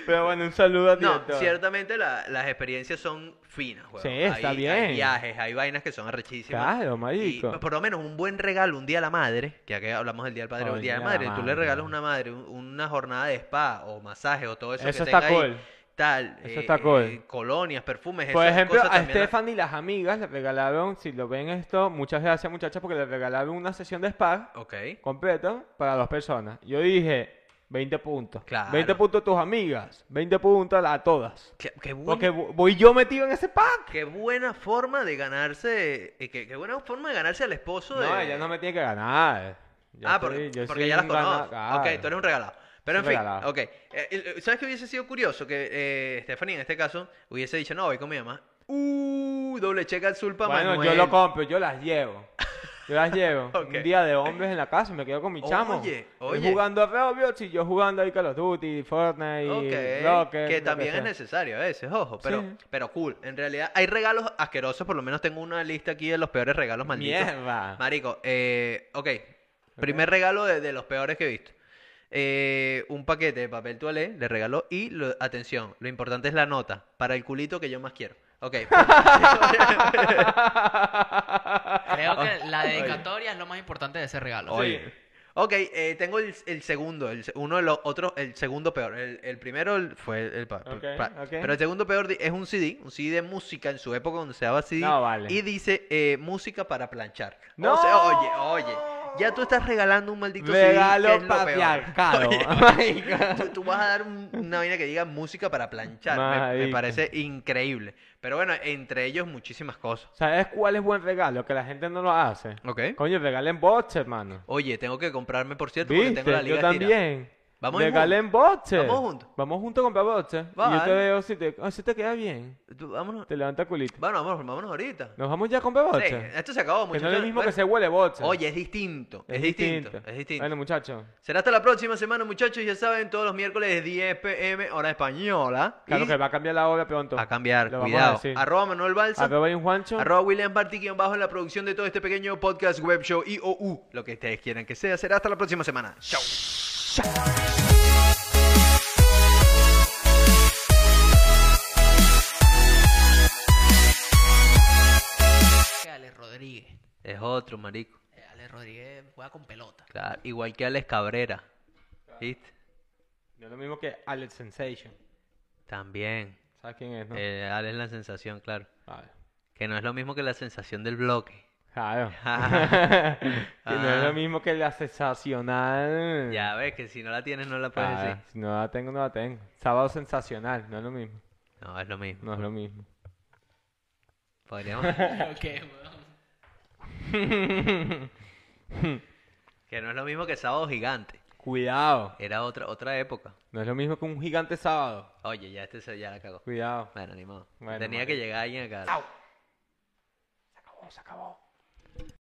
[SPEAKER 2] Pero bueno, un saludo a ti.
[SPEAKER 1] No, ciertamente la- las experiencias son finas, huevón.
[SPEAKER 2] Sí, está
[SPEAKER 1] Hay-
[SPEAKER 2] bien.
[SPEAKER 1] Hay viajes, hay vainas que son arrechísimas.
[SPEAKER 2] Claro,
[SPEAKER 1] Y pues,
[SPEAKER 2] marico.
[SPEAKER 1] por lo menos un buen regalo, un día a la madre, que aquí hablamos del día del padre,
[SPEAKER 2] Oh,
[SPEAKER 1] un
[SPEAKER 2] el
[SPEAKER 1] día de
[SPEAKER 2] día de la
[SPEAKER 1] madre, tú le
[SPEAKER 2] madre.
[SPEAKER 1] regalas a una madre un- una jornada de spa o masaje o todo eso,
[SPEAKER 2] Eso
[SPEAKER 1] que
[SPEAKER 2] está
[SPEAKER 1] tenga ahí,
[SPEAKER 2] cool.
[SPEAKER 1] tal, eh,
[SPEAKER 2] Eso está cool.
[SPEAKER 1] colonias, perfumes,
[SPEAKER 2] Por
[SPEAKER 1] esas
[SPEAKER 2] ejemplo,
[SPEAKER 1] cosas
[SPEAKER 2] a
[SPEAKER 1] también las-
[SPEAKER 2] Estefan y las amigas le regalaron, si lo ven esto, muchas gracias muchachas, porque le regalaron una sesión de spa
[SPEAKER 1] Ok,
[SPEAKER 2] completa para dos personas. Yo dije 20 puntos.
[SPEAKER 1] Claro.
[SPEAKER 2] 20 puntos a tus amigas, 20 puntos a, la- a todas.
[SPEAKER 1] qué, qué buen-
[SPEAKER 2] Porque vo- voy yo metido en ese pack.
[SPEAKER 1] Qué buena forma de ganarse, eh, qué, qué buena forma de ganarse al esposo de...
[SPEAKER 2] No, ella no me tiene que ganar. Yo
[SPEAKER 1] ah,
[SPEAKER 2] soy-
[SPEAKER 1] por-
[SPEAKER 2] yo
[SPEAKER 1] porque
[SPEAKER 2] soy
[SPEAKER 1] ya las
[SPEAKER 2] un gana-
[SPEAKER 1] conoces. Ok, tú eres
[SPEAKER 2] claro.
[SPEAKER 1] un regalado. Pero en
[SPEAKER 2] Soy
[SPEAKER 1] fin,
[SPEAKER 2] regalado.
[SPEAKER 1] ok. Eh, eh, ¿Sabes qué hubiese sido curioso? Que eh, Stephanie en este caso hubiese dicho, no, voy con mi mamá. Uh, doble cheque azul para
[SPEAKER 2] Bueno,
[SPEAKER 1] Manuel.
[SPEAKER 2] yo lo compro, yo las llevo. Yo las llevo.
[SPEAKER 1] Ok.
[SPEAKER 2] Un día de hombres en la casa, me quedo con mi chamo.
[SPEAKER 1] Oye,
[SPEAKER 2] Él
[SPEAKER 1] oye.
[SPEAKER 2] jugando a Roblox y yo jugando ahí Call of Duty, Fortnite,
[SPEAKER 1] Ok,
[SPEAKER 2] Rocket.
[SPEAKER 1] que también es necesario a veces, ojo, pero,
[SPEAKER 2] Sí.
[SPEAKER 1] pero cool. En realidad hay regalos asquerosos, por lo menos tengo una lista aquí de los peores regalos malditos.
[SPEAKER 2] Mierda.
[SPEAKER 1] Marico, eh, ok. Primer regalo de, de los peores que he visto. Eh, un paquete de papel toalé le regaló y lo- atención, lo importante es la nota para el culito que yo más quiero. Ok. pues,
[SPEAKER 3] Creo que la dedicatoria es lo más importante de ese regalo.
[SPEAKER 1] Oye. Ok, eh, tengo el, el segundo, el, se- uno de los otros, el segundo peor. El, el primero el- fue el, el pa-
[SPEAKER 2] Ok,
[SPEAKER 1] pa-
[SPEAKER 2] ok.
[SPEAKER 1] Pero el segundo peor di- es un CD, un CD de música en su época donde se daba CD.
[SPEAKER 2] No, vale.
[SPEAKER 1] Y dice eh, música para planchar.
[SPEAKER 2] ¡No!
[SPEAKER 1] O sea, oye, oye, ya tú estás regalando un maldito CD. que
[SPEAKER 2] Regalo
[SPEAKER 1] es lo peor.
[SPEAKER 2] patriarcado.
[SPEAKER 1] Oye,
[SPEAKER 2] Marico.
[SPEAKER 1] tú, tú vas a dar un- una vaina que diga música para planchar. Me- Me,
[SPEAKER 2] Marico.
[SPEAKER 1] parece increíble. Pero bueno, entre ellos muchísimas cosas.
[SPEAKER 2] ¿Sabes cuál es buen regalo? Que la gente no lo hace.
[SPEAKER 1] Ok.
[SPEAKER 2] Coño, regalen bots, hermano.
[SPEAKER 1] Oye, tengo que comprarme, por cierto, porque
[SPEAKER 2] ¿Viste?
[SPEAKER 1] tengo la liga
[SPEAKER 2] Yo
[SPEAKER 1] estirada.
[SPEAKER 2] también.
[SPEAKER 1] Vamos
[SPEAKER 2] regalen bots.
[SPEAKER 1] Vamos juntos.
[SPEAKER 2] Vamos juntos a comprar bots. Y yo
[SPEAKER 1] Vale.
[SPEAKER 2] te veo si te, ah, si te queda bien.
[SPEAKER 1] Tú, vámonos.
[SPEAKER 2] Te levanta el culito.
[SPEAKER 1] Bueno, vámonos, vámonos ahorita.
[SPEAKER 2] Nos vamos ya a comprar bots.
[SPEAKER 1] Sí, esto se acabó,
[SPEAKER 2] Que
[SPEAKER 1] muchachos.
[SPEAKER 2] no es lo mismo que
[SPEAKER 1] Bueno,
[SPEAKER 2] se huele bocha.
[SPEAKER 1] Oye, es distinto. Es, distinto, Es distinto.
[SPEAKER 2] Bueno, muchachos.
[SPEAKER 1] Será hasta la próxima semana, muchachos. Ya saben, todos los miércoles 10 pm, hora española.
[SPEAKER 2] Claro
[SPEAKER 1] y
[SPEAKER 2] que va a cambiar la hora pronto.
[SPEAKER 1] a cambiar,
[SPEAKER 2] Lo vamos a
[SPEAKER 1] cuidado.
[SPEAKER 2] decir.
[SPEAKER 1] Arroba Manuel Balsa.
[SPEAKER 2] Arroba ahí un Juancho.
[SPEAKER 1] Arroba William Barty, guión bajo en la producción de todo este pequeño podcast, web show y o u, lo que ustedes quieran que sea. Será hasta la próxima semana. Chao.
[SPEAKER 3] Que Alex Rodríguez.
[SPEAKER 1] Es otro, marico.
[SPEAKER 3] Eh, Alex Rodríguez juega con pelota.
[SPEAKER 1] Claro, igual que Alex Cabrera. ¿Viste?
[SPEAKER 2] No es lo mismo que Alex Sensation.
[SPEAKER 1] También.
[SPEAKER 2] ¿Sabes quién es, no?
[SPEAKER 1] Eh, Alex la sensación, claro.
[SPEAKER 2] Vale.
[SPEAKER 1] Que no es lo mismo que la sensación del bloque.
[SPEAKER 2] Claro.
[SPEAKER 1] Ah.
[SPEAKER 2] Que no
[SPEAKER 1] Ah.
[SPEAKER 2] es lo mismo que la sensacional.
[SPEAKER 1] Ya pues ves que si no la tienes no la puedes
[SPEAKER 2] Ah,
[SPEAKER 1] decir.
[SPEAKER 2] Si no la tengo, no la tengo. Sábado sensacional, no es lo mismo.
[SPEAKER 1] No, es lo mismo.
[SPEAKER 2] No es lo mismo.
[SPEAKER 1] Podríamos.
[SPEAKER 3] Ok, weón.
[SPEAKER 1] Que no es lo mismo que Sábado Gigante.
[SPEAKER 2] Cuidado.
[SPEAKER 1] Era otra, otra época.
[SPEAKER 2] No es lo mismo que un gigante sábado.
[SPEAKER 1] Oye, ya este se ya la cagó.
[SPEAKER 2] Cuidado.
[SPEAKER 1] Bueno, ni modo.
[SPEAKER 2] Bueno,
[SPEAKER 1] Tenía
[SPEAKER 2] marico.
[SPEAKER 1] que llegar alguien acá.
[SPEAKER 2] Se acabó, se acabó.